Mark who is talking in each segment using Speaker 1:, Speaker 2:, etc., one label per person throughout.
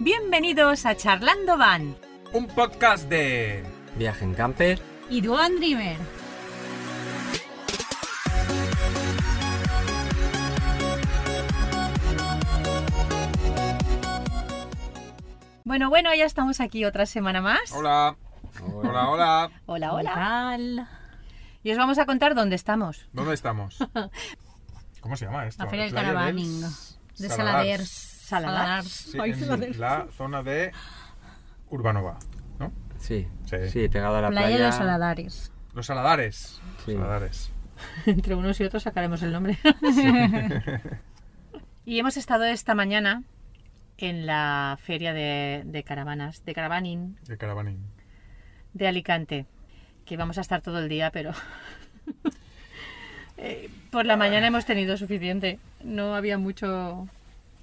Speaker 1: Bienvenidos a Charlando Van
Speaker 2: Un podcast de...
Speaker 3: Viaje en camper.
Speaker 1: y Duan Dreamer. Bueno, bueno, ya estamos aquí otra semana más.
Speaker 2: Hola. Hola, hola.
Speaker 1: hola. hola. Y os vamos a contar dónde estamos.
Speaker 2: ¿Dónde estamos? ¿Cómo se llama esto?
Speaker 4: La Feria del
Speaker 2: Playa
Speaker 4: Caravaning. De Saladers.
Speaker 1: Saladar.
Speaker 2: Sí, en la zona de Urbanova, ¿no?
Speaker 3: Sí,
Speaker 2: Sí.
Speaker 3: sí. pegado a la playa.
Speaker 4: Playa de los Saladares.
Speaker 2: Los Saladares.
Speaker 3: Sí.
Speaker 2: Saladares.
Speaker 4: Entre unos y otros sacaremos el nombre.
Speaker 1: Y hemos estado esta mañana en la feria de, de caravanas, de caravaning
Speaker 2: De Caravaning.
Speaker 1: de Alicante, que vamos a estar todo el día, pero eh, por la mañana hemos tenido suficiente. No había mucho,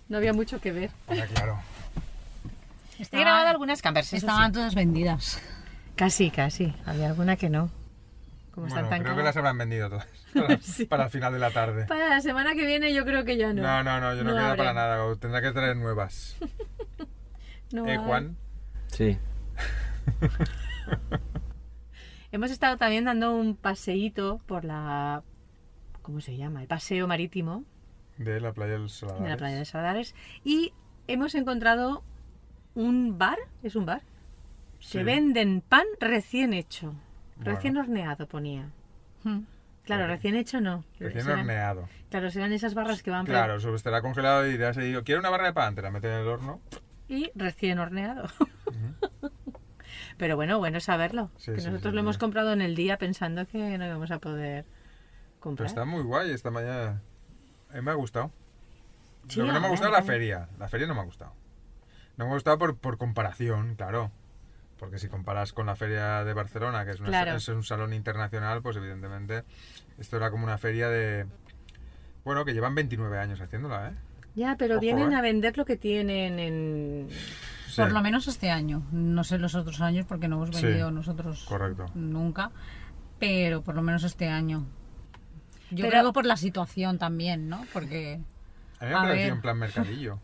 Speaker 1: no había mucho que ver.
Speaker 2: Hombre, claro.
Speaker 1: He grabado algunas campers, eso
Speaker 4: estaban
Speaker 1: sí.
Speaker 4: todas vendidas.
Speaker 1: Casi, casi. Había alguna que no. Como
Speaker 2: Bueno,
Speaker 1: están tan
Speaker 2: creo que
Speaker 1: caras.
Speaker 2: las habrán vendido todas. Para, para el final de la tarde.
Speaker 1: Para la semana que viene yo creo que ya no.
Speaker 2: No, no, no, yo no,
Speaker 1: No
Speaker 2: queda
Speaker 1: habrá.
Speaker 2: para nada. Tendrá que traer nuevas.
Speaker 1: No
Speaker 2: ¿Eh,
Speaker 1: hay.
Speaker 2: Juan?
Speaker 3: Sí.
Speaker 1: Hemos estado también dando un paseíto por la... ¿Cómo se llama? El paseo marítimo.
Speaker 2: De la playa de los Saladares.
Speaker 1: de la playa de Saladares y hemos encontrado un bar, es un bar,
Speaker 2: Sí.
Speaker 1: que venden pan recién hecho,
Speaker 2: Bueno.
Speaker 1: recién horneado ponía. Claro,
Speaker 2: Bueno.
Speaker 1: recién hecho no.
Speaker 2: Recién
Speaker 1: Serán-
Speaker 2: horneado.
Speaker 1: Claro, serán esas barras que van pre-
Speaker 2: Claro, sobre estará congelado y dirás, yo quiero una barra de pan, te la meten en el horno.
Speaker 1: y recién horneado. Pero bueno, bueno saberlo.
Speaker 2: Sí,
Speaker 1: que
Speaker 2: sí,
Speaker 1: nosotros
Speaker 2: sí,
Speaker 1: lo
Speaker 2: sí.
Speaker 1: hemos comprado en el día pensando que no íbamos a poder
Speaker 2: Pero
Speaker 1: comprar.
Speaker 2: está muy guay esta mañana. A mí me ha gustado.
Speaker 1: Sí,
Speaker 2: Lo que no me
Speaker 1: a
Speaker 2: ha gustado
Speaker 1: ver,
Speaker 2: es
Speaker 1: a
Speaker 2: la
Speaker 1: ver.
Speaker 2: feria. La feria no me ha gustado. No me ha gustado por, por comparación, claro. Porque si comparas con la feria de Barcelona, que es, una-
Speaker 1: Claro.
Speaker 2: es un salón internacional, pues evidentemente esto era como una feria de... Bueno, que llevan 29 años haciéndola, ¿eh?
Speaker 1: Ya, pero
Speaker 2: Ojo,
Speaker 1: vienen
Speaker 2: eh.
Speaker 1: a vender lo que tienen en...
Speaker 2: Sí,
Speaker 4: Por lo menos este año. No sé los otros años porque no hemos
Speaker 2: Sí.
Speaker 4: vendido nosotros
Speaker 2: Correcto.
Speaker 4: nunca. Pero por lo menos este año. Yo
Speaker 1: Pero-
Speaker 4: creo que por la situación también, ¿no? Porque.
Speaker 2: A mí me
Speaker 4: A
Speaker 2: pareció
Speaker 4: ver.
Speaker 2: en plan mercadillo.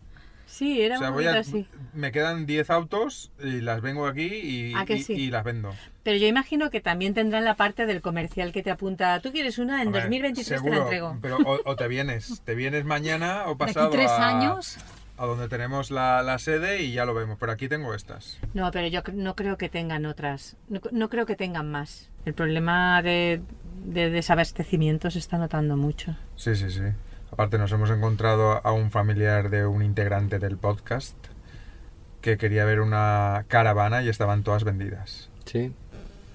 Speaker 1: Sí, era
Speaker 2: o sea,
Speaker 1: un
Speaker 2: voy
Speaker 1: poquito
Speaker 2: a,
Speaker 1: así.
Speaker 2: me quedan 10 autos y las vengo aquí y,
Speaker 1: ¿A que
Speaker 2: y-
Speaker 1: sí?
Speaker 2: y las vendo.
Speaker 1: Pero yo imagino que también tendrán la parte del comercial que te apunta, tú quieres una, en
Speaker 2: A ver,
Speaker 1: 2023 te
Speaker 2: seguro,
Speaker 1: la entrego.
Speaker 2: Pero o, o te vienes, te vienes mañana o
Speaker 4: De
Speaker 2: pasado
Speaker 4: aquí tres
Speaker 2: a,
Speaker 4: años.
Speaker 2: a donde tenemos la, la sede y ya lo vemos. Pero aquí tengo estas.
Speaker 1: No, pero yo cre- no creo que tengan otras, no, c- no creo que tengan más. El problema de, de desabastecimiento se está notando mucho.
Speaker 2: Sí, sí, sí. Aparte nos hemos encontrado a un familiar de un integrante del podcast que quería ver una caravana y estaban todas vendidas.
Speaker 3: Sí.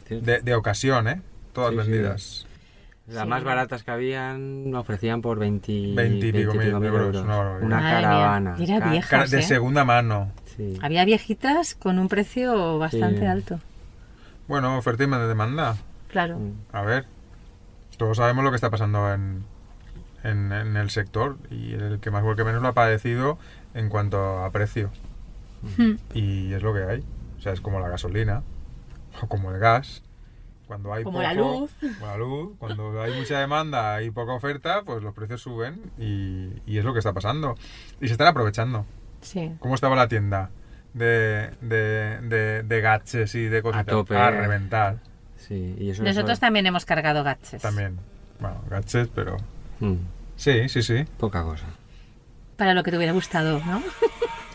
Speaker 3: Cierto.
Speaker 2: De, de ocasión, ¿eh? Todas
Speaker 3: Sí, sí.
Speaker 2: vendidas.
Speaker 3: Las
Speaker 1: Sí.
Speaker 3: más baratas que habían me ofrecían por 20,
Speaker 2: 20 y pico mil euros, una barbaridad.
Speaker 3: Una
Speaker 1: Madre mía.
Speaker 3: caravana.
Speaker 1: Y era
Speaker 3: Ca-
Speaker 1: vieja.
Speaker 2: Cara-
Speaker 1: Fijas,
Speaker 2: De
Speaker 1: ¿eh?
Speaker 2: segunda mano.
Speaker 3: Sí.
Speaker 1: Había viejitas con un precio bastante
Speaker 3: Sí.
Speaker 1: alto,
Speaker 2: Bueno, oferta y demanda.
Speaker 1: claro.
Speaker 3: Mm.
Speaker 2: A ver, todos sabemos lo que está pasando en, en- en el sector y el que más o el que menos lo ha padecido en cuanto a precio. Y es lo que hay. O sea, es como la gasolina o como el gas. Cuando hay
Speaker 1: Como
Speaker 2: poco-
Speaker 1: la luz.
Speaker 2: como la luz, Cuando hay mucha demanda y poca oferta, pues los precios suben y, y es lo que está pasando. Y se están aprovechando.
Speaker 1: Sí.
Speaker 2: ¿Cómo estaba la tienda? De, de, de, de gaches y de cositas.
Speaker 3: tope.
Speaker 2: A reventar
Speaker 3: Sí, y eso
Speaker 1: Nosotros
Speaker 3: eso-
Speaker 1: también hemos cargado gaches.
Speaker 2: también. Bueno, gaches, pero...
Speaker 3: Mm,
Speaker 2: Sí, sí, sí.
Speaker 3: Poca cosa.
Speaker 1: Para lo que te hubiera gustado, ¿no?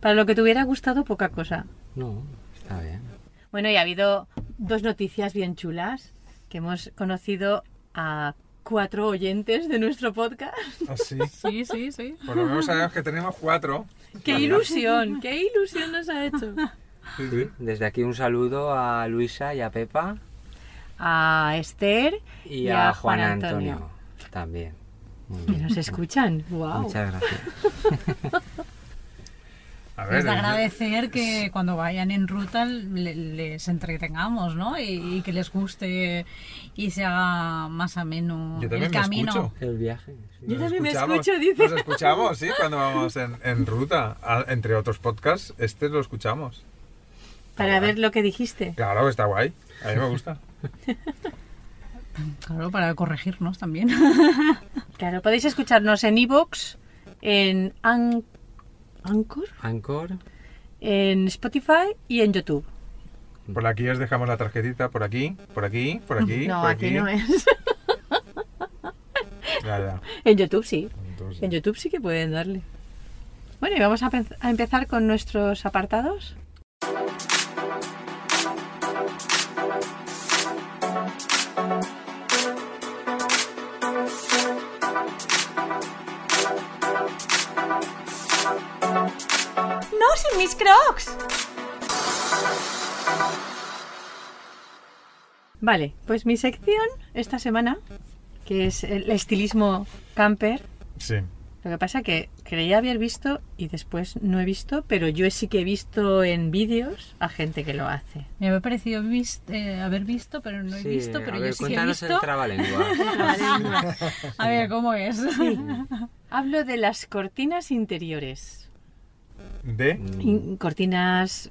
Speaker 1: Para lo que te hubiera gustado, poca cosa.
Speaker 3: No, está bien.
Speaker 1: Bueno, y ha habido dos noticias bien chulas que hemos conocido a cuatro oyentes de nuestro podcast.
Speaker 2: Así.
Speaker 4: Sí, sí, sí.
Speaker 2: Por lo menos sabemos que tenemos cuatro.
Speaker 1: ¡Qué ilusión! ¡Qué ilusión nos ha hecho!
Speaker 2: Sí, sí.
Speaker 3: Desde aquí un saludo a Luisa y a Pepa
Speaker 1: A Esther
Speaker 3: y, a, Juan Antonio. También. Muy
Speaker 1: Que
Speaker 3: bien.
Speaker 1: nos escuchan. ¡Wow!
Speaker 3: Muchas gracias.
Speaker 2: A
Speaker 4: Les
Speaker 2: ver,
Speaker 4: de
Speaker 2: eh,
Speaker 4: agradecer que cuando vayan en ruta le- les entretengamos, ¿no? Y, y que les guste y se haga más ameno
Speaker 2: Yo también
Speaker 4: el
Speaker 2: me
Speaker 4: camino.
Speaker 2: escucho.
Speaker 3: El viaje. sí.
Speaker 1: Yo
Speaker 2: nos
Speaker 1: también me
Speaker 2: escuchamos.
Speaker 1: escucho, dice.
Speaker 2: Nos escuchamos, sí, cuando vamos en, en ruta. A- entre otros podcasts, este lo escuchamos.
Speaker 1: Para ver lo que dijiste.
Speaker 2: Claro que está guay. A mí me gusta.
Speaker 4: Claro, para corregirnos también.
Speaker 1: Claro, podéis escucharnos en iVoox, en An- Anchor,
Speaker 3: Anchor.
Speaker 1: en Spotify y en YouTube.
Speaker 2: Por aquí os dejamos la tarjetita, por aquí, por aquí, por aquí.
Speaker 1: no,
Speaker 2: por
Speaker 1: aquí, no es.
Speaker 2: Ya, ya.
Speaker 1: en YouTube sí.
Speaker 2: Entonces,
Speaker 1: En YouTube sí que pueden darle. Bueno, y vamos a, pe- a empezar con nuestros apartados. ¡No sin mis crocs! Vale, pues mi sección esta semana, que es el estilismo camper,
Speaker 2: Sí.
Speaker 1: lo que pasa que creía haber visto y después no he visto, pero yo sí que he visto en vídeos a gente que lo hace.
Speaker 4: Me había parecido vis- eh, haber visto, pero no he
Speaker 3: Sí,
Speaker 4: visto,
Speaker 3: a
Speaker 4: pero
Speaker 3: ver,
Speaker 4: yo sí que he
Speaker 3: cuéntanos
Speaker 4: visto.
Speaker 3: el trabalengua.
Speaker 4: A ver, ¿cómo es?
Speaker 1: Hablo de las cortinas interiores.
Speaker 2: De.
Speaker 3: Mm,
Speaker 1: In- cortinas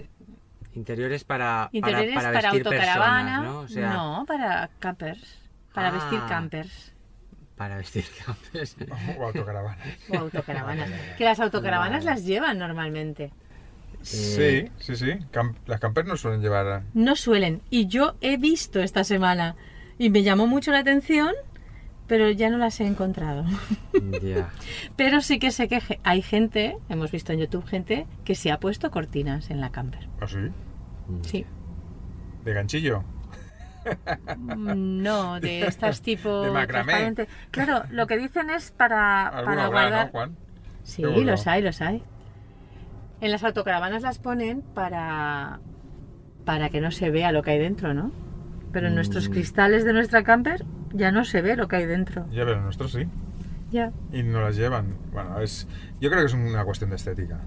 Speaker 3: Interiores para, para-
Speaker 1: interiores para,
Speaker 3: para, vestir
Speaker 1: autocaravana.
Speaker 3: personas, ¿no? O sea,
Speaker 1: no, para campers. Para
Speaker 3: Ah.
Speaker 1: vestir campers
Speaker 3: para vestir campes.
Speaker 2: O oh, autocaravana.
Speaker 1: o autocaravanas. que las autocaravanas las llevan normalmente.
Speaker 3: Eh,
Speaker 2: Sí, sí, sí. Cam- las campers no suelen llevar. ¿ah,
Speaker 1: No suelen. Y yo he visto esta semana y me llamó mucho la atención, pero ya no las he encontrado.
Speaker 3: Ya.
Speaker 1: Pero sí que sé que ge- hay gente, hemos visto en YouTube gente, que se ha puesto cortinas en la camper.
Speaker 2: ¿Así?
Speaker 3: Mm.
Speaker 1: Sí.
Speaker 2: ¿De ganchillo?
Speaker 1: Mm, No, de estas tipo...
Speaker 2: De macramé.
Speaker 1: transparente. Claro, lo que dicen es para,
Speaker 2: Alguno
Speaker 1: para
Speaker 2: habrá,
Speaker 1: guardar...
Speaker 2: ¿no, Juan?
Speaker 1: Sí,
Speaker 2: Seguro.
Speaker 1: los hay, los hay. En las autocaravanas las ponen para, para que no se vea lo que hay dentro, ¿no? Pero en nuestros
Speaker 3: Mm.
Speaker 1: cristales de nuestra camper ya no se ve lo que hay dentro.
Speaker 2: Ya, pero nosotros sí.
Speaker 1: Ya.
Speaker 2: Y no las llevan. Bueno, es. Yo creo que es una cuestión de estética.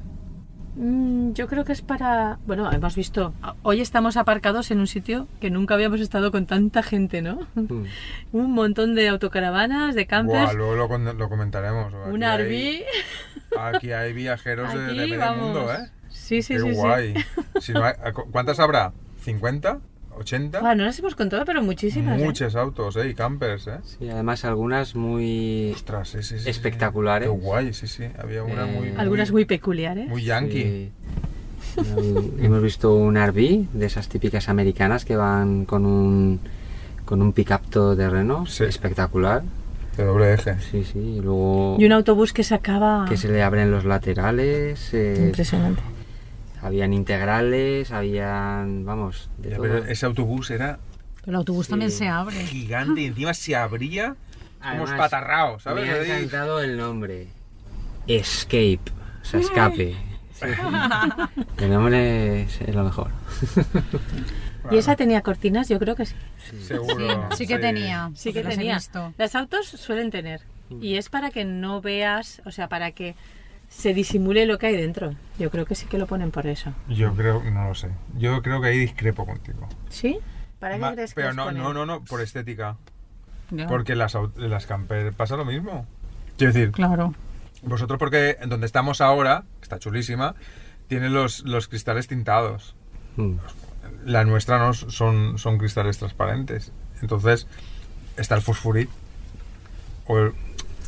Speaker 1: Mm, yo creo que es para... Bueno, hemos visto... Hoy estamos aparcados en un sitio que nunca habíamos estado con tanta gente, ¿no?
Speaker 2: Oh.
Speaker 3: Mm.
Speaker 1: Un montón de autocaravanas, de
Speaker 2: Buah,
Speaker 1: campers,
Speaker 2: luego lo, con- lo comentaremos. Aquí
Speaker 1: un
Speaker 2: hay-
Speaker 1: Arbi...
Speaker 2: Aquí hay viajeros de, de
Speaker 1: Aquí
Speaker 2: medio
Speaker 1: vamos.
Speaker 2: mundo, ¿eh?
Speaker 1: Sí, sí,
Speaker 2: Qué
Speaker 1: sí. sí.
Speaker 2: guay. Si no hay- ¿cu- ¿Cuántas habrá? ¿50? ¿80?
Speaker 1: Buah, no las hemos contado, pero muchísimas. ¿eh?
Speaker 2: Muchos autos, ¿eh? Y campers, ¿eh?
Speaker 3: Sí, además algunas muy...
Speaker 2: Ostras, sí, sí, sí, sí.
Speaker 3: Espectaculares.
Speaker 2: Qué guay, sí, sí. Había una
Speaker 3: Eh,
Speaker 2: muy...
Speaker 1: Algunas ¿eh? muy peculiares.
Speaker 2: Muy yankee.
Speaker 3: Sí. Mm, Hemos visto un RV de esas típicas americanas que van con un con un pick-up todoterreno
Speaker 2: Sí.
Speaker 3: espectacular.
Speaker 2: De doble eje.
Speaker 3: Sí, sí, y luego
Speaker 1: Y un autobús que sacaba...
Speaker 3: que se le abren los laterales, eh,
Speaker 1: Impresionante.
Speaker 3: habían integrales, habían, vamos, de
Speaker 2: Ya,
Speaker 3: todo.
Speaker 2: pero ese autobús era
Speaker 4: El autobús
Speaker 3: Sí.
Speaker 4: también se abre.
Speaker 2: gigante y encima se abría como
Speaker 3: Además,
Speaker 2: espatarrao, ¿sabes?
Speaker 3: Me ha
Speaker 2: Ahí.
Speaker 3: encantado el nombre. Escape, o sea, escape. Sí. El nombre es, es lo mejor.
Speaker 1: ¿Y esa tenía cortinas? Yo creo que sí.
Speaker 2: Seguro.
Speaker 4: Sí que tenía.
Speaker 1: Sí que
Speaker 4: porque las he
Speaker 1: tenía.
Speaker 4: visto.
Speaker 1: Las autos suelen tener.
Speaker 2: Mm.
Speaker 1: Y es para que no veas, o sea, para que se disimule lo que hay dentro. Yo creo que sí que lo ponen por eso.
Speaker 2: Yo creo, no lo sé. Yo creo que ahí discrepo contigo.
Speaker 1: ¿Sí? ¿Para qué
Speaker 2: Ma-
Speaker 1: crees que
Speaker 2: pero
Speaker 1: las
Speaker 2: no,
Speaker 1: ponen?
Speaker 2: no, no, no, por estética.
Speaker 1: Ah.
Speaker 4: Ya,
Speaker 2: Porque las, au- las camper pasa lo mismo. Quiero decir,
Speaker 4: Claro.
Speaker 2: Vosotros porque en donde estamos ahora, que está chulísima, tiene los, los cristales tintados.
Speaker 3: Mm.
Speaker 2: La nuestra no s- son, son cristales transparentes. Entonces, está el fosforit. O el-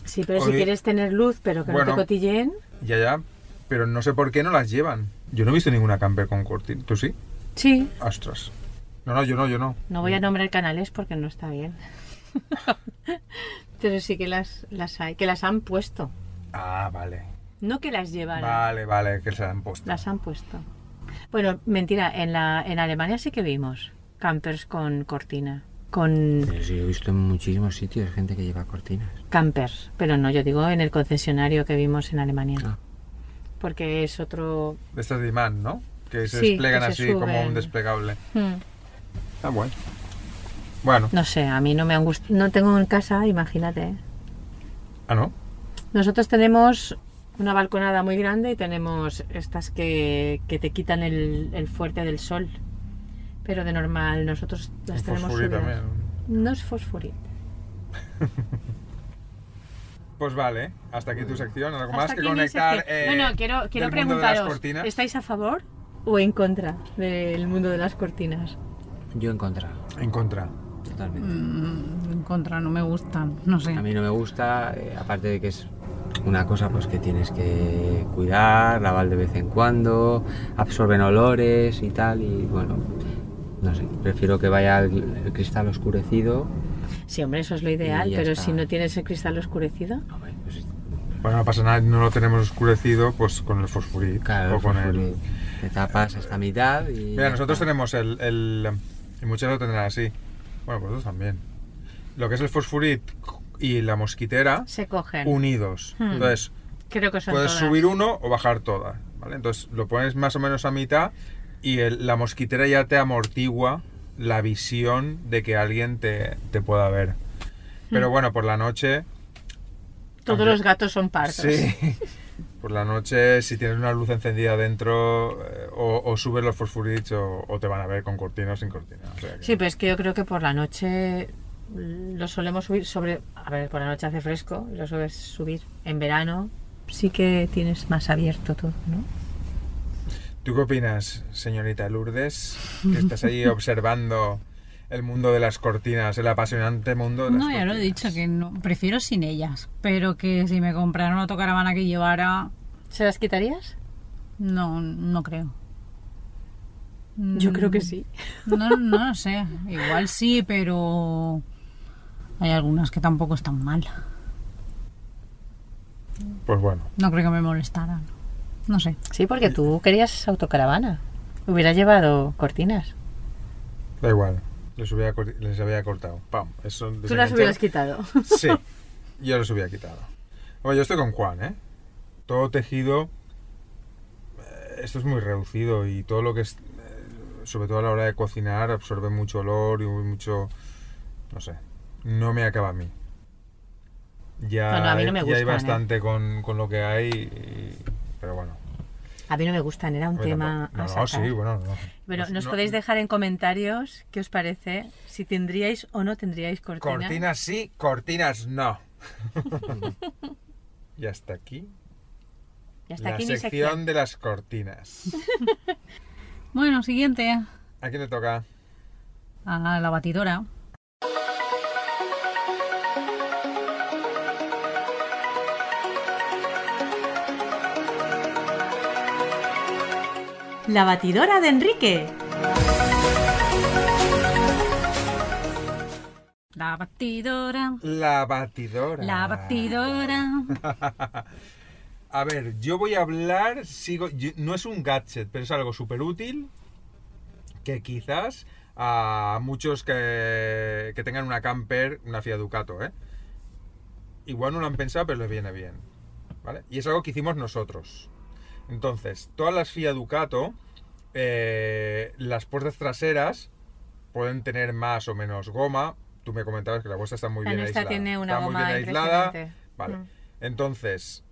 Speaker 1: Sí, pero si
Speaker 2: Oye.
Speaker 1: quieres tener luz, pero que no
Speaker 2: Bueno.
Speaker 1: te cotilleen.
Speaker 2: ya, ya. Pero no sé por qué no las llevan. Yo no he visto ninguna camper con cortina. ¿Tú sí?
Speaker 1: Sí.
Speaker 2: Ostras. No, no, yo no, yo no.
Speaker 1: No voy a nombrar canales porque no está bien. pero sí que las, las hay, que las han puesto.
Speaker 2: Ah, vale.
Speaker 1: No que las llevaran,
Speaker 2: Vale, vale, que se la han puesto.
Speaker 1: las han puesto. Bueno, mentira, en, la, en Alemania sí que vimos campers con cortina. Con
Speaker 3: Pero sí, he visto en muchísimos sitios gente que lleva cortinas.
Speaker 1: campers, pero no, yo digo en el concesionario que vimos en Alemania.
Speaker 3: Ah.
Speaker 1: Porque es otro...
Speaker 2: De estas de imán, ¿no? Que se
Speaker 1: Sí,
Speaker 2: desplegan
Speaker 1: que se
Speaker 2: así como
Speaker 1: suben.
Speaker 2: un desplegable.
Speaker 1: Hmm.
Speaker 2: Está bueno. Bueno.
Speaker 1: No sé, a mí no me han gustado. No tengo en casa, imagínate. ¿eh?
Speaker 2: Ah, ¿no?
Speaker 1: Nosotros tenemos una balconada muy grande y tenemos estas que, que te quitan el, el fuerte del sol. Pero de normal nosotros las
Speaker 2: Un
Speaker 1: tenemos
Speaker 2: fosforit
Speaker 1: subidas.
Speaker 2: también.
Speaker 1: No es fosforito.
Speaker 2: Pues vale, hasta aquí tu sección, algo
Speaker 1: Hasta
Speaker 2: más que
Speaker 1: aquí mi
Speaker 2: conectar.
Speaker 1: sección.
Speaker 2: eh,
Speaker 1: no, no, quiero, quiero
Speaker 2: del mundo de las
Speaker 1: preguntaros,
Speaker 2: cortinas.
Speaker 1: ¿estáis a favor o en contra del mundo de las cortinas?
Speaker 3: Yo en contra,
Speaker 2: En contra.
Speaker 3: totalmente.
Speaker 4: Mm, En contra, no me gustan, no sé.
Speaker 3: A mí no me gusta, eh, aparte de que es una cosa pues que tienes que cuidar, lavar de vez en cuando, absorben olores y tal, y bueno, no sé, prefiero que vaya el, el cristal oscurecido.
Speaker 1: Sí, hombre, eso es lo ideal,
Speaker 3: Y ya
Speaker 1: pero
Speaker 3: está.
Speaker 1: si no tienes el cristal oscurecido,
Speaker 3: Hombre, pues,
Speaker 2: Bueno, no pasa nada, no lo tenemos oscurecido pues con el fosfurit
Speaker 3: claro,
Speaker 2: o con el...
Speaker 3: fosfori- te tapas hasta mitad y...
Speaker 2: Mira,
Speaker 3: ya
Speaker 2: nosotros
Speaker 3: está.
Speaker 2: tenemos el, el... Y muchos lo tendrán así. Bueno, vosotros también. Lo que es el fosfurit y la mosquitera
Speaker 1: se cogen.
Speaker 2: unidos.
Speaker 1: Hmm.
Speaker 2: Entonces,
Speaker 1: Creo que son
Speaker 2: Uh, puedes
Speaker 1: todas.
Speaker 2: subir uno o bajar toda. ¿vale? Entonces, lo pones más o menos a mitad y el- la mosquitera ya te amortigua la visión de que alguien te, te pueda ver. Pero bueno, por la noche...
Speaker 1: Mm. Todos los gatos son partos.
Speaker 2: Sí. Por la noche, si tienes una luz encendida dentro, eh, o, o subes los fosfurits o, o te van a ver con cortina o sin cortina. o sea que-
Speaker 1: Sí, pero es que yo creo que por la noche lo solemos subir sobre... A ver, por la noche hace fresco, lo sueles subir. En verano sí que tienes más abierto todo, ¿no?
Speaker 2: ¿Tú qué opinas, señorita Lourdes? Que estás ahí observando el mundo de las cortinas, el apasionante mundo de las
Speaker 4: No, ya lo he
Speaker 2: cortinas.
Speaker 4: dicho, que no, prefiero sin ellas, pero que si me compraran una autocaravana que llevara,
Speaker 1: ¿Se las quitarías?
Speaker 4: no, no creo.
Speaker 1: Yo creo que
Speaker 4: Mm,
Speaker 1: sí.
Speaker 4: No, no lo sé, igual sí, pero hay algunas que tampoco están mal.
Speaker 2: Pues bueno,
Speaker 4: No creo que me molestaran. No sé.
Speaker 1: Sí, porque tú querías autocaravana. Hubiera llevado cortinas.
Speaker 2: da igual. Les, hubiera corti- les había cortado. Pam. Eso
Speaker 1: Tú las
Speaker 2: desenganchado.
Speaker 1: hubieras quitado.
Speaker 2: Sí, yo los hubiera quitado. Bueno, yo estoy con Juan, ¿eh? Todo tejido, eh, esto es muy reducido y todo lo que es, eh, sobre todo a la hora de cocinar, absorbe mucho olor y mucho, no sé, no me acaba a mí. Ya,
Speaker 1: Bueno, a mí no me
Speaker 2: ya
Speaker 1: gustan,
Speaker 2: hay
Speaker 1: ¿eh?
Speaker 2: bastante con, con lo que hay, y- pero bueno.
Speaker 1: A mí no me gustan, era un
Speaker 2: a mí
Speaker 1: tema...
Speaker 2: tampoco.
Speaker 1: a
Speaker 2: No, no,
Speaker 1: sacar.
Speaker 2: sí, bueno, no.
Speaker 1: Bueno,
Speaker 2: No-
Speaker 1: nos
Speaker 2: no-
Speaker 1: podéis dejar en comentarios qué os parece, si tendríais o no tendríais cortina.
Speaker 2: Cortinas sí, cortinas no. y hasta aquí
Speaker 1: Y hasta
Speaker 2: la
Speaker 1: aquí mi
Speaker 2: sección,
Speaker 1: sección.
Speaker 2: de las cortinas.
Speaker 4: Bueno, siguiente.
Speaker 2: ¿A quién le toca?
Speaker 4: A la batidora.
Speaker 1: La batidora de Enrique.
Speaker 4: La batidora.
Speaker 2: La batidora.
Speaker 4: La batidora.
Speaker 2: A ver, yo voy a hablar, sigo, yo- no es un gadget, pero es algo súper útil que quizás a muchos que, que tengan una camper, una Fiat Ducato, ¿eh? igual no lo han pensado, pero les viene bien. ¿Vale? Y es algo que hicimos nosotros. Entonces, todas las Fiat Ducato, eh, las puertas traseras pueden tener más o menos goma. Tú me comentabas que la vuestra está muy
Speaker 1: La
Speaker 2: bien
Speaker 1: nuestra
Speaker 2: aislada.
Speaker 1: tiene una
Speaker 2: está muy
Speaker 1: goma
Speaker 2: bien aislada.
Speaker 1: impresionante.
Speaker 2: Vale.
Speaker 1: Mm.
Speaker 2: Entonces,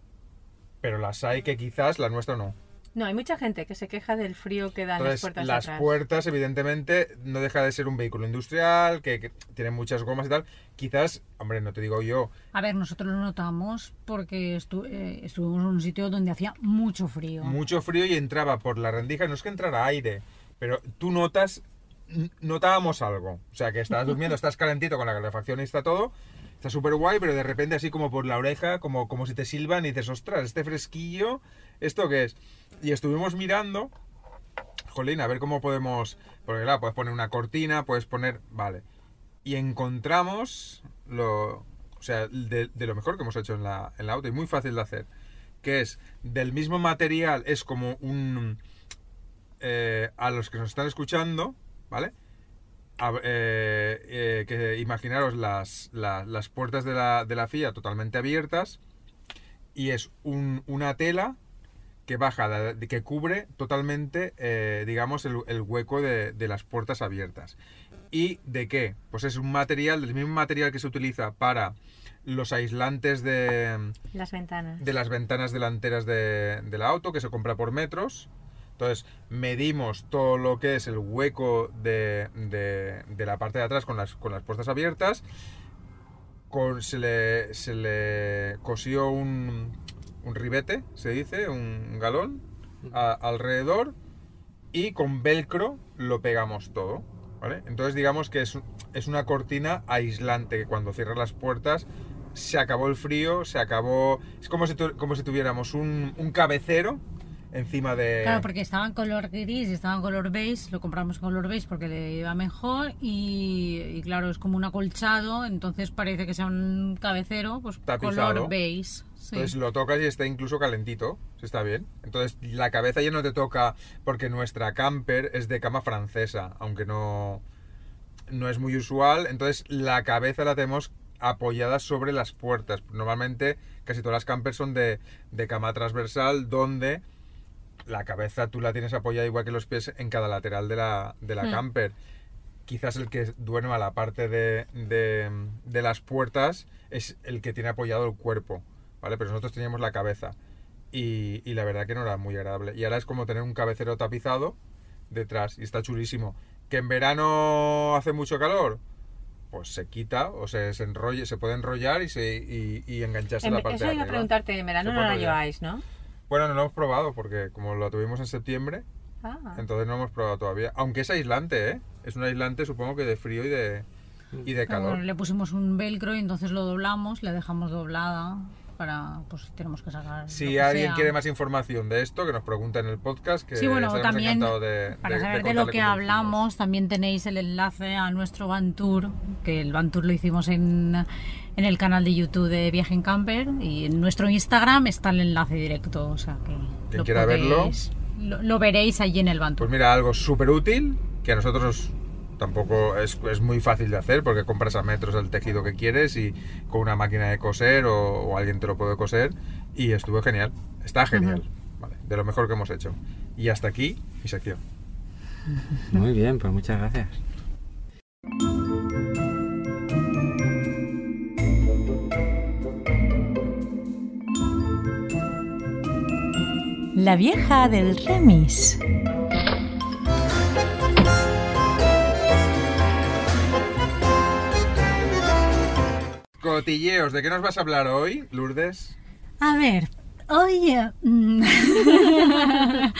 Speaker 2: pero las hay que quizás la nuestra no.
Speaker 1: No, hay mucha gente que se queja del frío que dan las
Speaker 2: Entonces,
Speaker 1: puertas de
Speaker 2: las
Speaker 1: atrás.
Speaker 2: puertas, evidentemente, no deja de ser un vehículo industrial, que, que tiene muchas gomas y tal. Quizás, hombre, no te digo yo,
Speaker 4: A ver, nosotros lo notamos porque estu- eh, estuvimos en un sitio donde hacía mucho frío.
Speaker 2: mucho frío y entraba por la rendija, no es que entrara aire, pero tú notas, n- notábamos algo. O sea, que estás durmiendo, estás calentito con la calefacción y está todo, está súper guay, pero de repente así como por la oreja, como, como si te silban y dices, ostras, este fresquillo, ¿esto qué es? Y estuvimos mirando, jolín, a ver cómo podemos, porque claro, puedes poner una cortina, puedes poner, vale. Y encontramos lo, o sea, de, de lo mejor que hemos hecho en la, en la auto y muy fácil de hacer que es del mismo material, es como un... eh, a los que nos están escuchando, ¿vale? A- eh, eh, que imaginaros las, la- las puertas de la, de la FIA totalmente abiertas y es un- una tela que baja, la- que cubre totalmente, eh, digamos, el, el hueco de, de las puertas abiertas. ¿Y de qué? Pues es un material, del mismo material que se utiliza para los aislantes de,
Speaker 1: Las ventanas.
Speaker 2: de las ventanas delanteras de, del auto que se compra por metros. Entonces medimos todo lo que es el hueco de, de- de la parte de atrás con las, con las puertas abiertas. Con- se, le, se le cosió un, un ribete, se dice, un galón a- alrededor y con velcro lo pegamos todo. ¿vale? Entonces digamos que es, es una cortina aislante que cuando cierras las puertas se acabó el frío, se acabó... Es como si, tu- como si tuviéramos un, un cabecero encima de...
Speaker 4: Claro, porque estaba en color gris y estaba en color beige, lo compramos en color beige porque le iba mejor y, y claro, es como un acolchado, entonces parece que sea un cabecero, pues
Speaker 2: Tapizado.
Speaker 4: color beige. sí.
Speaker 2: Entonces lo tocas y está incluso calentito, si está bien. Entonces la cabeza ya no te toca porque nuestra camper es de cama francesa, aunque no, no es muy usual. Entonces la cabeza la tenemos apoyada sobre las puertas. Normalmente casi todas las campers son de, de cama transversal donde la cabeza tú la tienes apoyada igual que los pies en cada lateral de la, de la
Speaker 4: Mm.
Speaker 2: camper. Quizás el que duerma a la parte de, de, de las puertas es el que tiene apoyado el cuerpo, ¿vale? Pero nosotros teníamos la cabeza y, y la verdad que no era muy agradable. Y ahora es como tener un cabecero tapizado detrás y está chulísimo. ¿Que en verano hace mucho calor? Pues se quita o se, se enrolle, se puede enrollar y, se, y, y engancharse a
Speaker 1: En-
Speaker 2: la
Speaker 1: Em,
Speaker 2: parte
Speaker 1: eso
Speaker 2: de
Speaker 1: iba a
Speaker 2: arriba.
Speaker 1: preguntarte, en verano
Speaker 2: Se
Speaker 1: no
Speaker 2: puede
Speaker 1: la
Speaker 2: enrollar.
Speaker 1: lleváis, ¿no?
Speaker 2: Bueno, no lo hemos probado porque como lo tuvimos en septiembre,
Speaker 1: Ah.
Speaker 2: entonces no lo hemos probado todavía. Aunque es aislante, ¿eh? Es un aislante supongo que de frío y de, y de
Speaker 4: Pero bueno,
Speaker 2: calor.
Speaker 4: le pusimos un velcro y entonces lo doblamos, la dejamos doblada para, pues si tenemos que sacar. lo
Speaker 2: Si
Speaker 4: que
Speaker 2: alguien
Speaker 4: sea.
Speaker 2: quiere más información de esto, que nos pregunte en el podcast, que
Speaker 4: Sí, bueno,
Speaker 2: estaremos
Speaker 4: también
Speaker 2: encantados de,
Speaker 4: para
Speaker 2: de- de contarle
Speaker 4: saber de, lo que
Speaker 2: cómo lo hicimos.
Speaker 4: hablamos, también tenéis el enlace a nuestro Van Tour, que el Van Tour lo hicimos en, en el canal de YouTube de Viaje en Camper y en nuestro Instagram está el enlace directo, o sea que
Speaker 2: Quien
Speaker 4: lo
Speaker 2: quiera verlo.
Speaker 4: lo, lo veréis allí en el Van Tour.
Speaker 2: Pues mira, algo súper útil que a nosotros tampoco es, es muy fácil de hacer porque compras a metros el tejido que quieres y con una máquina de coser o, o alguien te lo puede coser y estuvo genial. Está genial. Vale, de lo mejor que hemos hecho. Y hasta aquí mi sección.
Speaker 3: Muy bien, pues muchas gracias.
Speaker 5: La vieja del remis.
Speaker 2: Cotilleos, ¿de qué nos vas a hablar hoy, Lourdes?
Speaker 4: A ver, oye, mm,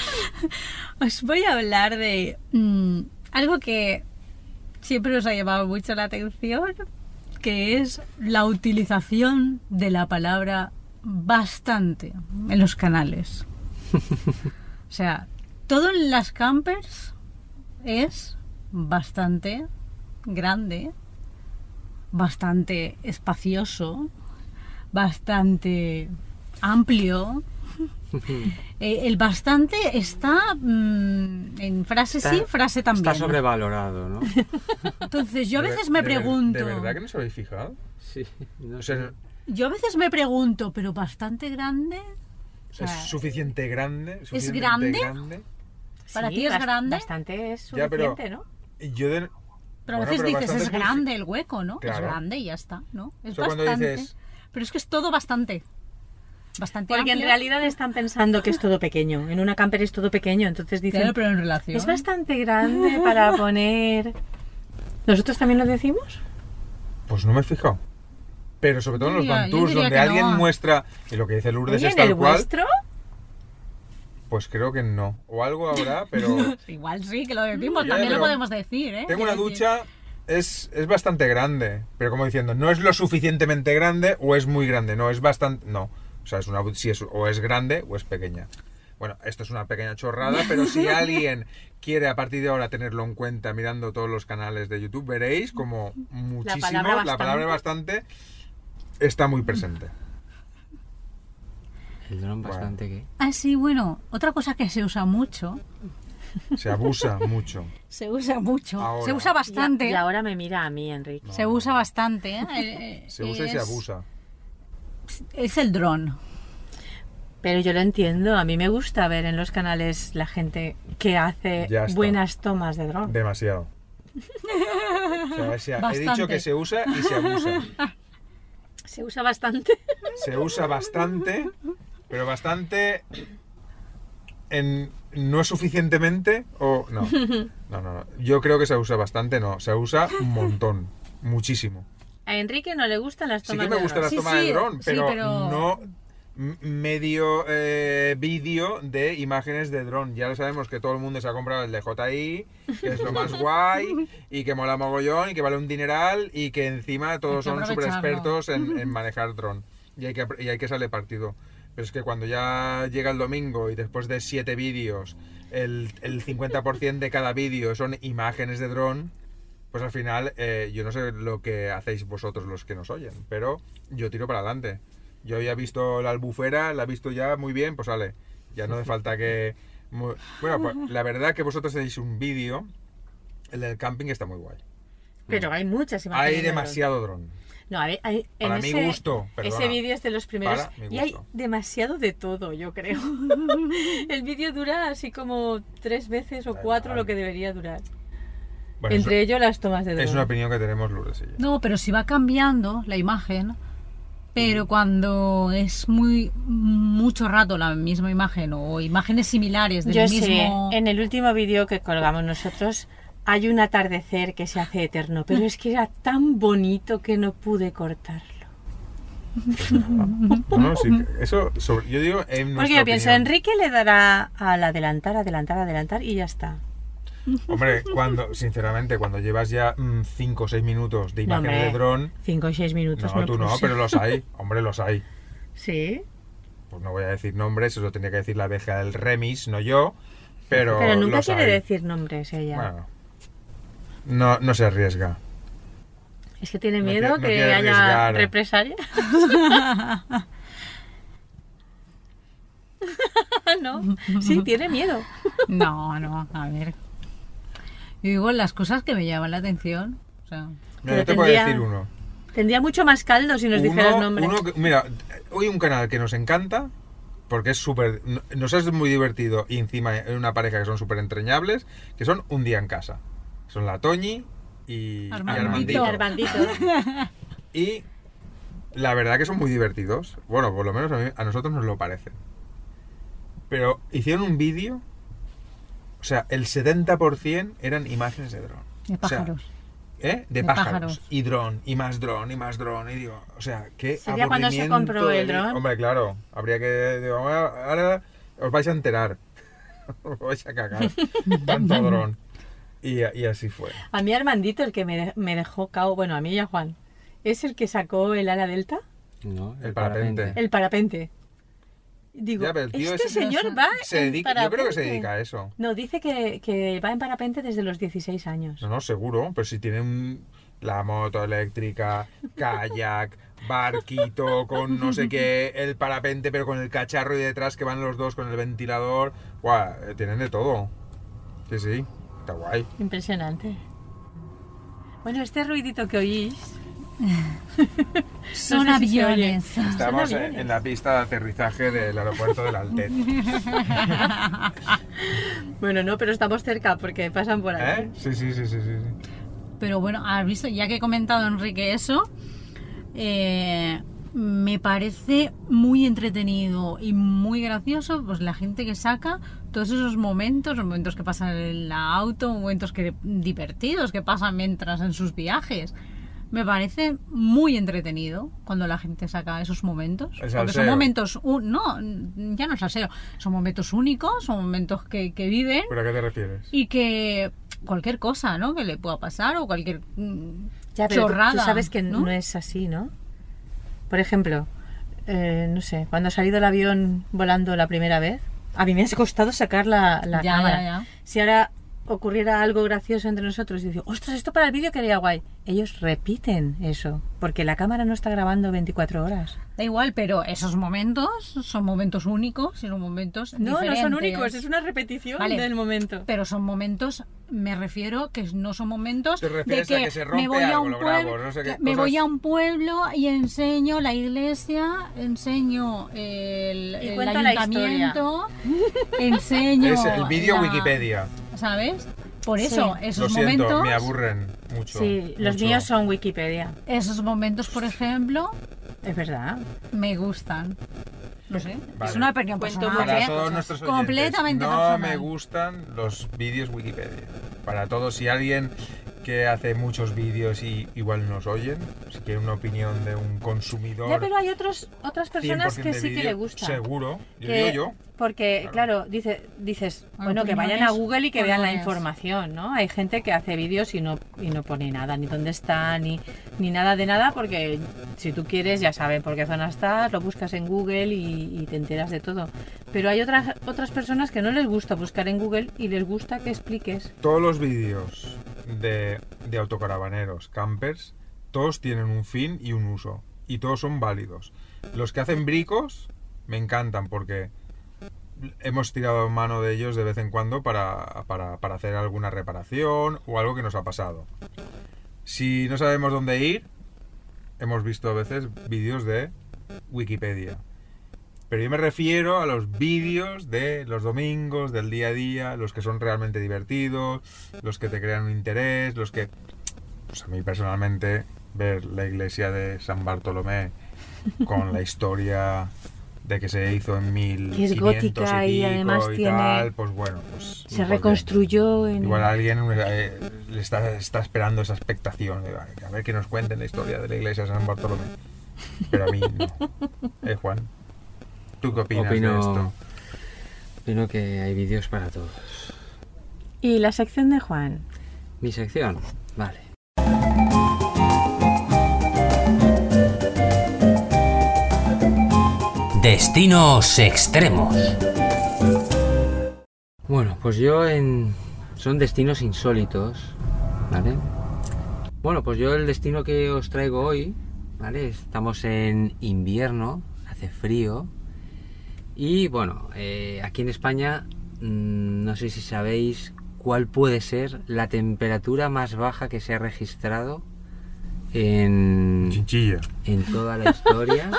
Speaker 4: os voy a hablar de mm, algo que siempre os ha llamado mucho la atención, que es la utilización de la palabra bastante en los canales. O sea, todo en las campers es bastante grande, bastante espacioso, bastante amplio. Eh, el bastante está mm, en frase
Speaker 3: Está-
Speaker 4: sí, frase también.
Speaker 3: Está sobrevalorado, ¿no?
Speaker 4: Entonces yo a
Speaker 2: De ver-
Speaker 4: veces me
Speaker 2: de ver-
Speaker 4: pregunto,
Speaker 2: ¿De verdad que no os habéis fijado?
Speaker 3: sí. No
Speaker 2: O sea,
Speaker 4: yo a veces me pregunto, pero bastante grande. O sea,
Speaker 2: ¿es suficiente grande? suficientemente
Speaker 4: grande? ¿Para ti es
Speaker 1: bas-
Speaker 4: grande?
Speaker 1: Bastante es
Speaker 2: Ya, pero-
Speaker 1: suficiente, ¿no?
Speaker 2: Yo de-
Speaker 4: pero
Speaker 2: Bueno,
Speaker 4: a veces
Speaker 2: pero
Speaker 4: dices,
Speaker 2: bastante
Speaker 4: es
Speaker 2: es muy-
Speaker 4: grande el hueco, ¿no?
Speaker 2: Claro.
Speaker 4: Es grande y ya está, ¿no? Es
Speaker 2: Eso cuando
Speaker 4: bastante.
Speaker 2: dices-
Speaker 4: Pero es que es todo bastante. Bastante
Speaker 1: Porque en
Speaker 4: amplio.
Speaker 1: realidad están pensando que es todo pequeño. En una camper es todo pequeño, entonces dicen...
Speaker 4: Claro, pero en relación.
Speaker 1: Es bastante grande para poner... ¿Nosotros también lo decimos?
Speaker 2: Pues no me he fijado. Pero sobre todo en
Speaker 4: Yo
Speaker 2: los
Speaker 4: diría-
Speaker 2: Van
Speaker 4: yo
Speaker 2: Tours,
Speaker 4: diría
Speaker 2: donde
Speaker 4: que
Speaker 2: alguien
Speaker 4: no.
Speaker 2: muestra, y lo que dice Lourdes
Speaker 1: Oye,
Speaker 2: es
Speaker 1: ¿en
Speaker 2: tal
Speaker 1: el
Speaker 2: cual,
Speaker 1: vuestro?
Speaker 2: pues creo que no. O algo habrá, pero
Speaker 4: Igual sí, que lo vivimos,
Speaker 2: Mm, Ya,
Speaker 4: también lo
Speaker 2: pero
Speaker 4: podemos decir, ¿eh?
Speaker 2: tengo una
Speaker 4: Quiero decir-
Speaker 2: ducha, es, es bastante grande. Pero como diciendo, no es lo suficientemente grande o es muy grande, no, es bastante... No, o sea, es una ducha, si es, o es grande o es pequeña. Bueno, esto es una pequeña chorrada, pero si alguien quiere a partir de ahora tenerlo en cuenta mirando todos los canales de YouTube, veréis como muchísimo
Speaker 1: palabra
Speaker 2: la palabra bastante está muy presente.
Speaker 3: El dron
Speaker 2: Bueno.
Speaker 3: bastante
Speaker 4: Ah, sí, bueno, otra cosa que se usa mucho,
Speaker 2: Se abusa mucho.
Speaker 4: se usa mucho,
Speaker 2: Ahora.
Speaker 4: se usa bastante,
Speaker 1: Y, y ahora me mira a mí, Enrique.
Speaker 4: se usa bastante. ¿eh? Eh, eh,
Speaker 2: Se usa y se
Speaker 4: es-
Speaker 2: abusa.
Speaker 4: Es el dron.
Speaker 1: Pero yo lo entiendo, a mí me gusta ver en los canales la gente que hace
Speaker 2: Ya está.
Speaker 1: buenas tomas de dron.
Speaker 2: Demasiado. O sea, o sea, he
Speaker 4: Bastante.
Speaker 2: dicho que se usa y se abusa.
Speaker 1: Se usa bastante.
Speaker 2: Se usa bastante, pero bastante en no es suficientemente o no. No, no, no. Yo creo que se usa bastante, no. Se usa un montón, muchísimo.
Speaker 1: A Enrique no le gustan las
Speaker 2: Sí
Speaker 1: tomas
Speaker 2: que me
Speaker 1: de
Speaker 2: gusta
Speaker 1: dron.
Speaker 2: la
Speaker 4: Sí,
Speaker 2: toma
Speaker 4: sí,
Speaker 2: del dron,
Speaker 4: sí,
Speaker 2: pero,
Speaker 4: pero-
Speaker 2: no m- medio eh, vídeo de imágenes de dron. Ya lo sabemos que todo el mundo se ha comprado el de DJI, que es lo más guay y que mola mogollón y que vale un dineral y que encima todos
Speaker 4: Hay que
Speaker 2: son súper
Speaker 4: aprovecharlo.
Speaker 2: expertos en, en manejar dron y hay, que, apr- y hay que salir partido. Pero es que cuando ya llega el domingo y después de siete vídeos, el, el 50% de cada vídeo son imágenes de dron, pues al final eh, yo no sé lo que hacéis vosotros los que nos oyen, pero yo tiro para adelante. Yo había visto la albufera, la he visto ya muy bien, pues sale. Ya no hace falta que... mu- Bueno, pues la verdad que vosotros tenéis un vídeo, el del camping está muy guay.
Speaker 1: Pero hay muchas imágenes.
Speaker 2: Hay
Speaker 1: de dron.
Speaker 2: demasiado dron.
Speaker 1: No, a ver, hay-
Speaker 2: Para
Speaker 1: en
Speaker 2: mi
Speaker 1: ese,
Speaker 2: gusto, perdona.
Speaker 1: Ese vídeo es de los primeros.
Speaker 2: Para mi
Speaker 1: Y hay
Speaker 2: gusto.
Speaker 1: demasiado de todo, yo creo. el vídeo dura así como tres veces o
Speaker 2: Vale,
Speaker 1: cuatro
Speaker 2: vale.
Speaker 1: lo que debería durar.
Speaker 2: Bueno,
Speaker 1: Entre
Speaker 2: eso-
Speaker 1: ellos las tomas de dron.
Speaker 2: es una opinión que tenemos Lourdes y yo.
Speaker 4: No, pero si va cambiando la imagen,
Speaker 1: Mm.
Speaker 4: pero cuando es muy mucho rato la misma imagen o imágenes similares del
Speaker 1: Yo
Speaker 4: mismo
Speaker 1: sé, en el último vídeo que colgamos nosotros hay un atardecer que se hace eterno, pero es que era tan bonito que no pude cortarlo.
Speaker 2: pues No, no, sí, eso sobre- yo digo en
Speaker 1: Porque
Speaker 2: nuestra
Speaker 1: yo pienso,
Speaker 2: opinión.
Speaker 1: Enrique le dará al adelantar, adelantar, adelantar y ya está.
Speaker 2: Hombre, cuando, sinceramente, cuando llevas ya 5 o 6 minutos de
Speaker 1: No, hombre.
Speaker 2: imágenes de dron,
Speaker 1: Cinco o seis minutos.
Speaker 2: no, tú no,
Speaker 1: puse.
Speaker 2: pero los hay, hombre, los hay.
Speaker 1: Sí,
Speaker 2: Pues no voy a decir nombres, eso lo tenía que decir la abeja del remis, no yo, pero.
Speaker 1: pero, nunca
Speaker 2: los
Speaker 1: quiere
Speaker 2: hay.
Speaker 1: decir nombres ella.
Speaker 2: Bueno, no, no se arriesga.
Speaker 1: Es que tiene
Speaker 2: No
Speaker 1: miedo
Speaker 2: quiere- no
Speaker 1: que
Speaker 2: quiere
Speaker 1: haya
Speaker 2: arriesgar.
Speaker 1: represalia. no, sí, tiene miedo.
Speaker 4: No, no, a ver. Yo digo las cosas que me llaman la atención. o sea,
Speaker 2: Mira,
Speaker 1: Pero
Speaker 2: yo te puedo
Speaker 1: tendría-
Speaker 2: decir uno.
Speaker 1: Tendría mucho más caldo si nos dijeras
Speaker 2: Uno-
Speaker 1: nombres.
Speaker 2: uno que- mira, hoy un canal que nos encanta porque es súper. no- Nos es muy divertido y encima en una pareja que son súper entreñables, que son Un Día en Casa. Son la Toñi y y
Speaker 4: Armandito.
Speaker 2: Armandito.
Speaker 1: Y Armandito.
Speaker 2: Y la verdad que son muy divertidos. Bueno, por lo menos a, mí- a nosotros nos lo parecen. Pero hicieron un vídeo. O sea, el 70% eran imágenes de dron.
Speaker 4: de
Speaker 2: O sea,
Speaker 4: pájaros.
Speaker 2: ¿Eh? De,
Speaker 4: De
Speaker 2: pájaros.
Speaker 4: pájaros.
Speaker 2: Y dron, y más dron, y más dron. Y digo, o sea, qué
Speaker 1: Sería cuando se
Speaker 2: aburrimiento
Speaker 1: compró
Speaker 2: de
Speaker 1: el
Speaker 2: vi-
Speaker 1: dron.
Speaker 2: Hombre, claro, habría que... digo, "Ah, ahora os vais a enterar. os vais a cagar. Tanto dron. Y, y así fue.
Speaker 1: A mí Armandito, el que me, de- me dejó cao, bueno, a mí y a Juan, es el que sacó el ala delta,
Speaker 3: No,
Speaker 2: El parapente.
Speaker 1: el parapente. Digo,
Speaker 2: Ya, pero el tío
Speaker 1: este
Speaker 2: ese-
Speaker 1: señor va
Speaker 2: Se
Speaker 1: en
Speaker 2: dedica, yo creo que se
Speaker 1: parapente".
Speaker 2: dedica a eso.
Speaker 1: No, dice que, que va en parapente desde los 16 años.
Speaker 2: No, no, seguro, pero si tienen un- la moto eléctrica, kayak, barquito, con no sé qué, el parapente, pero con el cacharro y detrás que van los dos con el ventilador. Guau, eh, tienen de todo. Sí, sí, está guay.
Speaker 1: Impresionante. Bueno, este ruidito que oís,
Speaker 4: Son
Speaker 1: no sé si se
Speaker 4: aviones.
Speaker 2: Estamos
Speaker 1: Suena
Speaker 2: en,
Speaker 1: bien, ¿eh?
Speaker 2: en la pista de aterrizaje del aeropuerto del Altet.
Speaker 1: bueno, no, pero estamos cerca porque pasan por aquí.
Speaker 2: ¿Eh? Sí, sí, sí, sí, sí. sí.
Speaker 4: Pero bueno, has visto, ya que he comentado Enrique eso, eh, me parece muy entretenido y muy gracioso pues la gente que saca todos esos momentos, los momentos que pasan en la auto, momentos que divertidos que pasan mientras en sus viajes. Me parece muy entretenido cuando la gente saca esos momentos.
Speaker 2: El
Speaker 4: Porque
Speaker 2: salseo.
Speaker 4: son momentos, un- no, ya no es salseo, son momentos únicos, son momentos que, que viven
Speaker 2: ¿Pero a qué te refieres?
Speaker 4: y que cualquier cosa, ¿no? Que le pueda pasar o cualquier mm,
Speaker 1: Ya, pero tú-
Speaker 4: chorrada.
Speaker 1: Tú, sabes que
Speaker 4: ¿no?
Speaker 1: no es así, ¿no? Por ejemplo, eh, no sé, cuando ha salido el avión volando la primera vez, a mí me ha costado sacar la, la
Speaker 4: Ya,
Speaker 1: cámara.
Speaker 4: ya, ya.
Speaker 1: Si ahora ocurriera algo gracioso entre nosotros y decir, ostras, esto para el vídeo quería guay, ellos repiten eso, porque la cámara no está grabando 24 horas.
Speaker 4: Da igual, pero esos momentos son momentos únicos y son momentos diferentes.
Speaker 1: una repetición
Speaker 4: Vale. del
Speaker 1: momento.
Speaker 4: Pero son momentos, me refiero que no son momentos
Speaker 2: Te
Speaker 4: de
Speaker 2: refieres
Speaker 4: que,
Speaker 2: a que se rompe
Speaker 4: me voy a
Speaker 2: algo,
Speaker 4: un
Speaker 2: lo grabo,
Speaker 4: pueblo,
Speaker 2: no sé qué
Speaker 4: que me
Speaker 2: cosas.
Speaker 4: voy a un pueblo y enseño la iglesia, enseño el,
Speaker 1: Y
Speaker 4: el
Speaker 1: cuento la historia.
Speaker 4: ayuntamiento, enseño
Speaker 2: Es el vídeo
Speaker 4: la-
Speaker 2: Wikipedia.
Speaker 4: ¿sabes? Por eso
Speaker 1: Sí.
Speaker 2: Lo
Speaker 4: esos
Speaker 2: siento,
Speaker 4: momentos
Speaker 2: me aburren mucho.
Speaker 1: Sí, los
Speaker 2: mucho.
Speaker 1: míos son Wikipedia,
Speaker 4: Esos momentos, por ejemplo,
Speaker 1: es verdad.
Speaker 4: me gustan. No sé.
Speaker 2: Vale.
Speaker 4: Es una opinión
Speaker 1: Cuento
Speaker 4: personal.
Speaker 1: muchas
Speaker 2: Para
Speaker 4: ¿eh?
Speaker 2: todos nuestros oyentes,
Speaker 4: Completamente
Speaker 2: no
Speaker 4: personal.
Speaker 2: me gustan los vídeos Wikipedia. Para todos, si alguien que hace muchos vídeos y igual nos oyen, si quieren una opinión de un consumidor.
Speaker 1: Ya, pero hay otros, otras
Speaker 2: 100%
Speaker 1: personas
Speaker 2: de
Speaker 1: que sí que
Speaker 2: vídeo,
Speaker 1: le gustan.
Speaker 2: Seguro, yo
Speaker 1: Que-
Speaker 2: digo yo.
Speaker 1: Porque,
Speaker 2: Claro.
Speaker 1: claro, dice, dices,
Speaker 4: Bueno,
Speaker 1: bueno, que vayan a
Speaker 4: opiniones,
Speaker 1: Google y que vean la
Speaker 4: opiniones.
Speaker 1: información, ¿no? Hay gente que hace vídeos y no, y no pone nada, ni dónde está, ni, ni nada de nada, porque si tú quieres ya saben por qué zona estás, lo buscas en Google y, y te enteras de todo. Pero hay otras, otras personas que no les gusta buscar en Google y les gusta que expliques.
Speaker 2: Todos los vídeos de, de autocaravaneros, campers, todos tienen un fin y un uso. Y todos son válidos. Los que hacen bricos me encantan porque hemos tirado mano de ellos de vez en cuando para, para- para hacer alguna reparación o algo que nos ha pasado. Si no sabemos dónde ir, hemos visto a veces vídeos de Wikipedia. Pero yo me refiero a los vídeos de los domingos, del día a día, los que son realmente divertidos, los que te crean un interés, los que... Pues a mí personalmente ver la iglesia de San Bartolomé con la historia de que se hizo en mil
Speaker 1: Que es gótica y además tiene-
Speaker 2: tal, pues bueno, pues
Speaker 1: Se reconstruyó en...
Speaker 2: Igual alguien eh, le está, está esperando esa expectación. de, "Ay, A ver que nos cuenten la historia de la iglesia de San Bartolomé. Pero a mí no. Eh, Juan, ¿tú qué opinas de
Speaker 3: Opino,
Speaker 2: esto?
Speaker 3: opino que hay vídeos para todos.
Speaker 1: Y la sección de Juan.
Speaker 3: Mi sección, vale.
Speaker 6: Destinos extremos.
Speaker 3: Bueno, pues yo en... Son destinos insólitos, ¿vale? Bueno, pues yo el destino que os traigo hoy, ¿vale? Estamos en invierno, hace frío. Y bueno, eh, aquí en España, mm, no sé si sabéis cuál puede ser la temperatura más baja que se ha registrado en,
Speaker 2: Chinchilla.
Speaker 3: en toda la historia.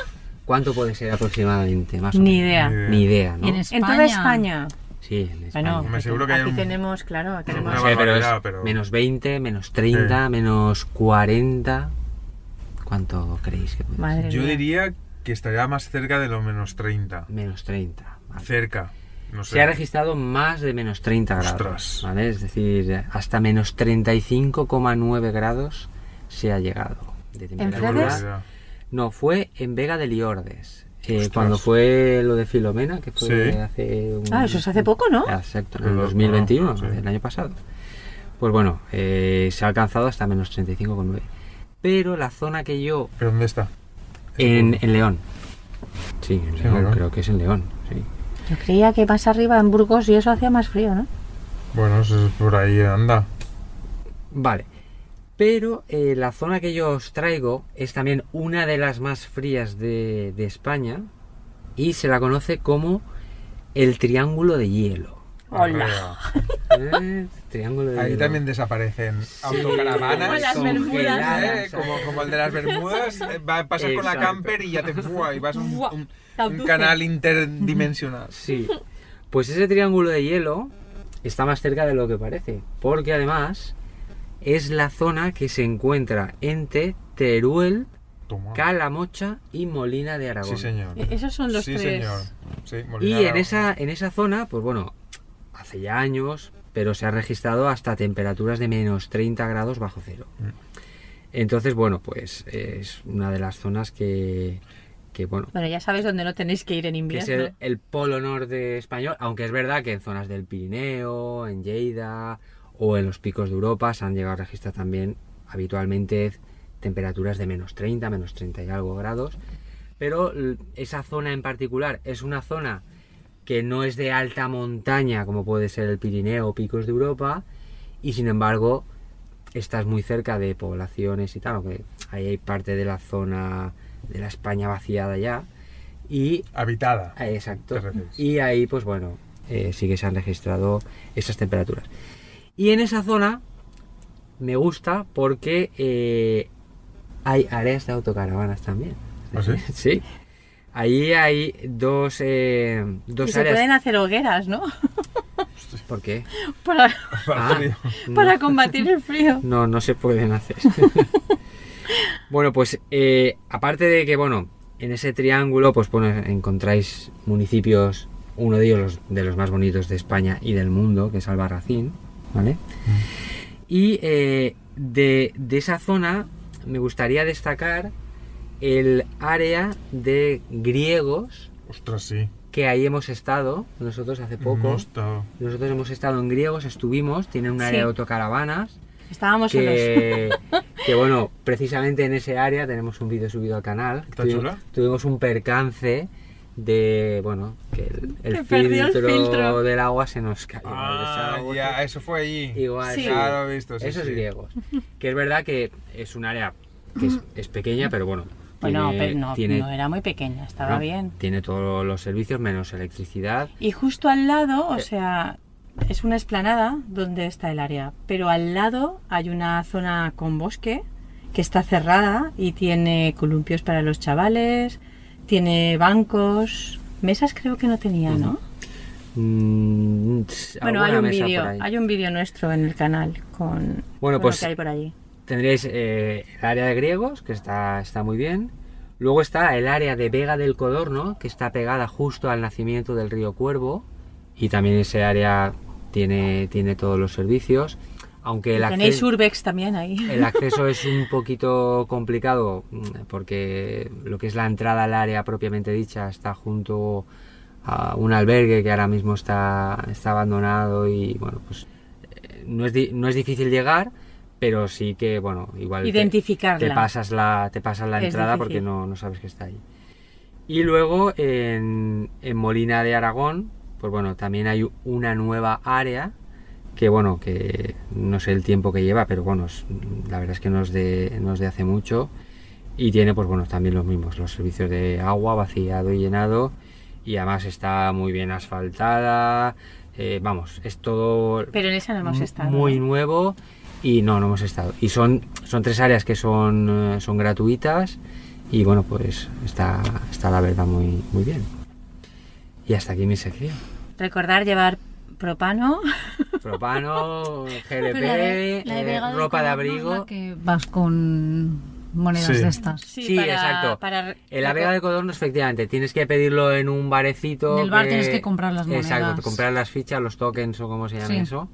Speaker 3: ¿Cuánto puede ser aproximadamente? Más o
Speaker 1: Ni
Speaker 3: menos?
Speaker 1: idea.
Speaker 3: Ni idea, ¿no?
Speaker 4: En es-
Speaker 1: En toda España.
Speaker 3: Sí, en España.
Speaker 1: Bueno,
Speaker 2: Me aseguro que hay
Speaker 1: aquí
Speaker 2: un-
Speaker 1: tenemos, claro, tenemos...
Speaker 2: Una
Speaker 3: Sí, pero es
Speaker 2: barbaridad, pero-
Speaker 3: menos 20, menos 30, menos 40. ¿Cuánto creéis que puede ser?
Speaker 1: Madre
Speaker 2: Yo
Speaker 1: mía.
Speaker 2: diría que estaría más cerca de los menos 30.
Speaker 3: Menos 30. ¿vale?
Speaker 2: Cerca. No sé.
Speaker 3: Se ha registrado más de menos 30
Speaker 2: Ostras.
Speaker 3: grados. ¿vale? Es decir, hasta menos 35,9 grados se ha llegado. de
Speaker 2: Qué
Speaker 3: temperatura.
Speaker 1: Flandes?
Speaker 2: barbaridad.
Speaker 3: No, fue en Vega de Liordes. eh,
Speaker 2: Ostras.
Speaker 3: cuando fue lo de Filomena, que fue
Speaker 2: Sí.
Speaker 3: hace un-
Speaker 1: Ah, eso es hace poco, ¿no?
Speaker 3: Exacto, en
Speaker 2: El
Speaker 3: el
Speaker 2: dos-
Speaker 3: 2021,
Speaker 2: no, sí.
Speaker 3: el año pasado. Pues bueno, eh, se ha alcanzado hasta menos 35,9. Pero la zona que yo...
Speaker 2: ¿Pero dónde está?
Speaker 3: En, en León. Sí, en
Speaker 2: Sí, en
Speaker 3: León,
Speaker 2: León.
Speaker 3: creo que es en León. sí.
Speaker 1: Yo creía que más arriba en Burgos y eso hacía más frío, ¿no?
Speaker 2: Bueno, eso es por ahí anda.
Speaker 3: Vale. Pero eh, la zona que yo os traigo es también una de las más frías de, de España y se la conoce como el Triángulo de Hielo.
Speaker 1: Hola.
Speaker 2: Arriba.
Speaker 3: ¿Eh? Triángulo de
Speaker 2: Ahí
Speaker 3: Hielo.
Speaker 2: también desaparecen autocaravanas.
Speaker 1: como las Bermudas.
Speaker 2: ¿eh? Como, como el de las Bermudas. eh, Va, pasas con la
Speaker 3: Exacto.
Speaker 2: camper y ya te fua y vas a un,
Speaker 1: Buah,
Speaker 2: un-
Speaker 1: te
Speaker 2: un
Speaker 1: abducen.
Speaker 2: canal interdimensional.
Speaker 3: Sí. Pues ese triángulo de hielo está más cerca de lo que parece, porque además es la zona que se encuentra entre Teruel,
Speaker 2: Toma.
Speaker 3: Calamocha y Molina de Aragón.
Speaker 2: Sí, señor.
Speaker 1: E- Esos son los
Speaker 2: sí,
Speaker 1: tres.
Speaker 2: señor. Sí, Molina
Speaker 3: Y en
Speaker 2: Aragón.
Speaker 3: esa, en esa zona, pues bueno, hace ya años, pero se ha registrado hasta temperaturas de menos 30 grados bajo cero.
Speaker 2: Mm.
Speaker 3: Entonces, bueno, pues es una de las zonas que, que bueno,
Speaker 1: Bueno, ya sabéis dónde no tenéis que ir en
Speaker 3: que
Speaker 1: invierno.
Speaker 3: es el, el polo norte español, aunque es verdad que en zonas del Pirineo, en Lleida o en los picos de Europa se han llegado a registrar también habitualmente temperaturas de menos 30, menos 30 y algo grados, pero l- esa zona en particular es una zona que no es de alta montaña como puede ser el Pirineo o picos de Europa y sin embargo estás muy cerca de poblaciones y tal, aunque ahí hay parte de la zona de la España vaciada ya y
Speaker 2: Habitada.
Speaker 3: Ah, Exacto.
Speaker 2: Te refieres.
Speaker 3: Y ahí, pues bueno, eh, sí que se han registrado esas temperaturas. Y en esa zona me gusta porque eh, hay áreas de autocaravanas también.
Speaker 2: ¿Ah, sí?
Speaker 3: Sí. Ahí hay dos, eh,
Speaker 1: Y
Speaker 3: dos
Speaker 1: se
Speaker 3: áreas.
Speaker 1: pueden hacer hogueras, ¿no?
Speaker 3: ¿Por qué?
Speaker 1: Para,
Speaker 3: Ah,
Speaker 1: para combatir el frío.
Speaker 3: No, no se pueden hacer. bueno, pues eh, aparte de que, bueno, en ese triángulo, pues bueno, encontráis municipios, uno de ellos los- de los más bonitos de España y del mundo, que es Albarracín, ¿vale? Y eh, de, de esa zona me gustaría destacar el área de griegos
Speaker 2: Ostras, sí.
Speaker 3: que ahí hemos estado nosotros hace poco.
Speaker 2: No he estado.
Speaker 3: Nosotros hemos estado en griegos, estuvimos, tienen un área
Speaker 1: Sí.
Speaker 3: de autocaravanas.
Speaker 1: Estábamos solos.
Speaker 3: Que, que, bueno, precisamente en ese área tenemos un vídeo subido al canal.
Speaker 2: ¿Está
Speaker 3: Tuvi-
Speaker 2: chula?
Speaker 3: Tuvimos un percance de, bueno, que el, el
Speaker 1: Que perdió
Speaker 3: filtro,
Speaker 1: el filtro.
Speaker 3: del agua se nos cayó. en el
Speaker 2: Ah,
Speaker 3: desagüe.
Speaker 2: ya, eso fue allí.
Speaker 3: Igual,
Speaker 1: Sí.
Speaker 2: Ah, lo he visto, sí,
Speaker 3: esos
Speaker 2: sí.
Speaker 3: griegos. Que es verdad que es un área que es, es pequeña, pero bueno.
Speaker 1: Bueno,
Speaker 3: tiene-
Speaker 1: pero no,
Speaker 3: tiene- Ah.
Speaker 1: no era muy pequeña, estaba
Speaker 3: bueno,
Speaker 1: bien.
Speaker 3: Tiene todos los servicios menos electricidad.
Speaker 1: Y justo al lado,
Speaker 3: Eh.
Speaker 1: o sea, es una esplanada donde está el área, pero al lado hay una zona con bosque que está cerrada y tiene columpios para los chavales, tiene bancos, mesas creo que no tenía, ¿no?
Speaker 3: Mm,
Speaker 1: Bueno,
Speaker 3: alguna
Speaker 1: hay un
Speaker 3: mesa por
Speaker 1: vídeo,
Speaker 3: ahí.
Speaker 1: hay un vídeo nuestro en el canal con, con
Speaker 3: pues-
Speaker 1: lo que hay por allí.
Speaker 3: Tendréis eh, el área de griegos, que está, está muy bien. Luego está el área de Vega del Codorno, que está pegada justo al nacimiento del río Cuervo. Y también ese área tiene, tiene todos los servicios. Aunque el,
Speaker 1: Tenéis
Speaker 3: acceso-
Speaker 1: Urbex también ahí.
Speaker 3: el acceso es un poquito complicado, mm, porque lo que es la entrada al área propiamente dicha está junto a un albergue que ahora mismo está, está abandonado y bueno, pues eh, no es, di- no es difícil llegar, pero sí que, bueno, igual... te-
Speaker 1: Identificarla.
Speaker 3: Te pasas la, te pasas la
Speaker 1: Es
Speaker 3: entrada porque
Speaker 1: difícil.
Speaker 3: no, no sabes que está ahí. Y luego en, en Molina de Aragón, pues bueno, también hay una nueva área que bueno, que no sé el tiempo que lleva, pero bueno, es- la verdad es que no es de, no es de hace mucho y tiene pues bueno, también los mismos, los servicios de agua, vaciado y llenado y además está muy bien asfaltada, eh, vamos, es todo
Speaker 1: Pero en esa no hemos
Speaker 3: mu-
Speaker 1: estado.
Speaker 3: muy
Speaker 4: ¿eh?
Speaker 1: ¿no?
Speaker 3: nuevo y no, no hemos estado. Y son, son tres áreas que son, eh, son gratuitas y bueno, pues está, está la verdad muy, muy bien. Y hasta aquí mi sección.
Speaker 1: Recordar llevar propano.
Speaker 3: Propano, GLP,
Speaker 4: Pero la de- la de
Speaker 3: eh,
Speaker 4: Vega del
Speaker 3: ropa de
Speaker 4: Codorno es la
Speaker 3: abrigo.
Speaker 4: que vas con monedas
Speaker 2: Sí.
Speaker 4: de estas.
Speaker 1: Sí,
Speaker 3: Sí,
Speaker 1: para-
Speaker 3: exacto.
Speaker 1: para-
Speaker 3: En la Vega de Codorno, efectivamente, tienes que pedirlo en un barecito.
Speaker 4: En el bar tienes que comprar las
Speaker 3: Exacto,
Speaker 4: monedas.
Speaker 3: comprar las fichas, los tokens o como se llama
Speaker 4: Sí.
Speaker 3: eso.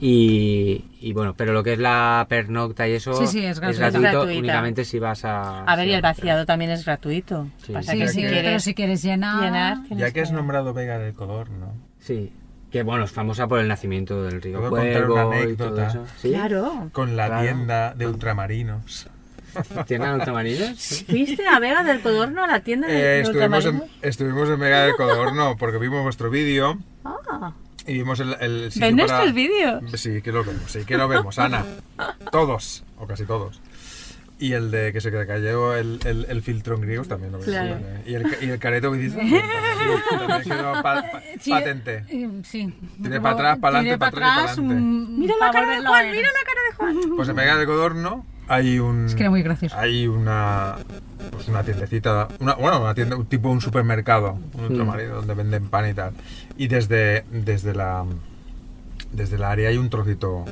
Speaker 3: Y, y bueno, pero lo que es la pernocta y eso
Speaker 4: Sí, sí, es gratuita.
Speaker 1: Gratuita.
Speaker 3: únicamente si vas a.
Speaker 1: A ver,
Speaker 3: si
Speaker 1: y el
Speaker 3: vas a-
Speaker 1: vaciado también es gratuito.
Speaker 3: Sí.
Speaker 1: Pasa
Speaker 4: Sí,
Speaker 1: que
Speaker 4: sí,
Speaker 1: si
Speaker 4: pero
Speaker 1: quieres
Speaker 4: si Ah, quieres llenar...
Speaker 1: llenar, tienes
Speaker 2: Ya que has nombrado Vega del Codorno,
Speaker 3: Sí, que bueno, es famosa por el nacimiento del río
Speaker 2: Puedo contar una
Speaker 3: Cuervo y todo
Speaker 2: anécdota.
Speaker 3: eso. ¿Sí?
Speaker 1: Claro.
Speaker 2: con la
Speaker 3: Claro.
Speaker 2: tienda de ultramarinos.
Speaker 3: ¿Tienen ultramarinos? Sí.
Speaker 1: ¿Fuiste a Vega del Codorno a la tienda de
Speaker 2: Eh,
Speaker 1: los
Speaker 2: estuvimos, en,
Speaker 1: ultramarinos?
Speaker 2: estuvimos en Vega del Codorno porque vimos vuestro vídeo
Speaker 1: Ah,
Speaker 2: y vimos el, el sitio
Speaker 1: ven
Speaker 2: para-
Speaker 1: nuestros vídeos.
Speaker 2: Sí, que lo vemos, sí, que lo vemos, Ana. Todos, o casi todos. Y el de que se cayó el, el, el filtro en griegos también lo vemos.
Speaker 1: Claro.
Speaker 2: ¿vale? Y, el, ca- y el careto que dices también, también quedó pa- pa-
Speaker 4: Sí,
Speaker 2: patente.
Speaker 4: eh, Sí.
Speaker 2: Tire pa' atrás, pa' adelante,
Speaker 4: Tire
Speaker 2: pa'
Speaker 4: pa'
Speaker 2: atrás y pa'
Speaker 4: atrás,
Speaker 2: adelante.
Speaker 4: un-
Speaker 1: Mira la
Speaker 4: pa'
Speaker 1: cara de
Speaker 4: volverlo a
Speaker 1: Juan,
Speaker 4: ver.
Speaker 1: mira la cara de Juan.
Speaker 2: Pues en Vega del Codorno hay un...
Speaker 4: Es que era muy gracioso.
Speaker 2: Hay una, pues una tiendecita, una, bueno, una tienda, un tipo un supermercado, un ultramarido, donde venden pan y tal. Y desde, desde la desde la área hay un trocito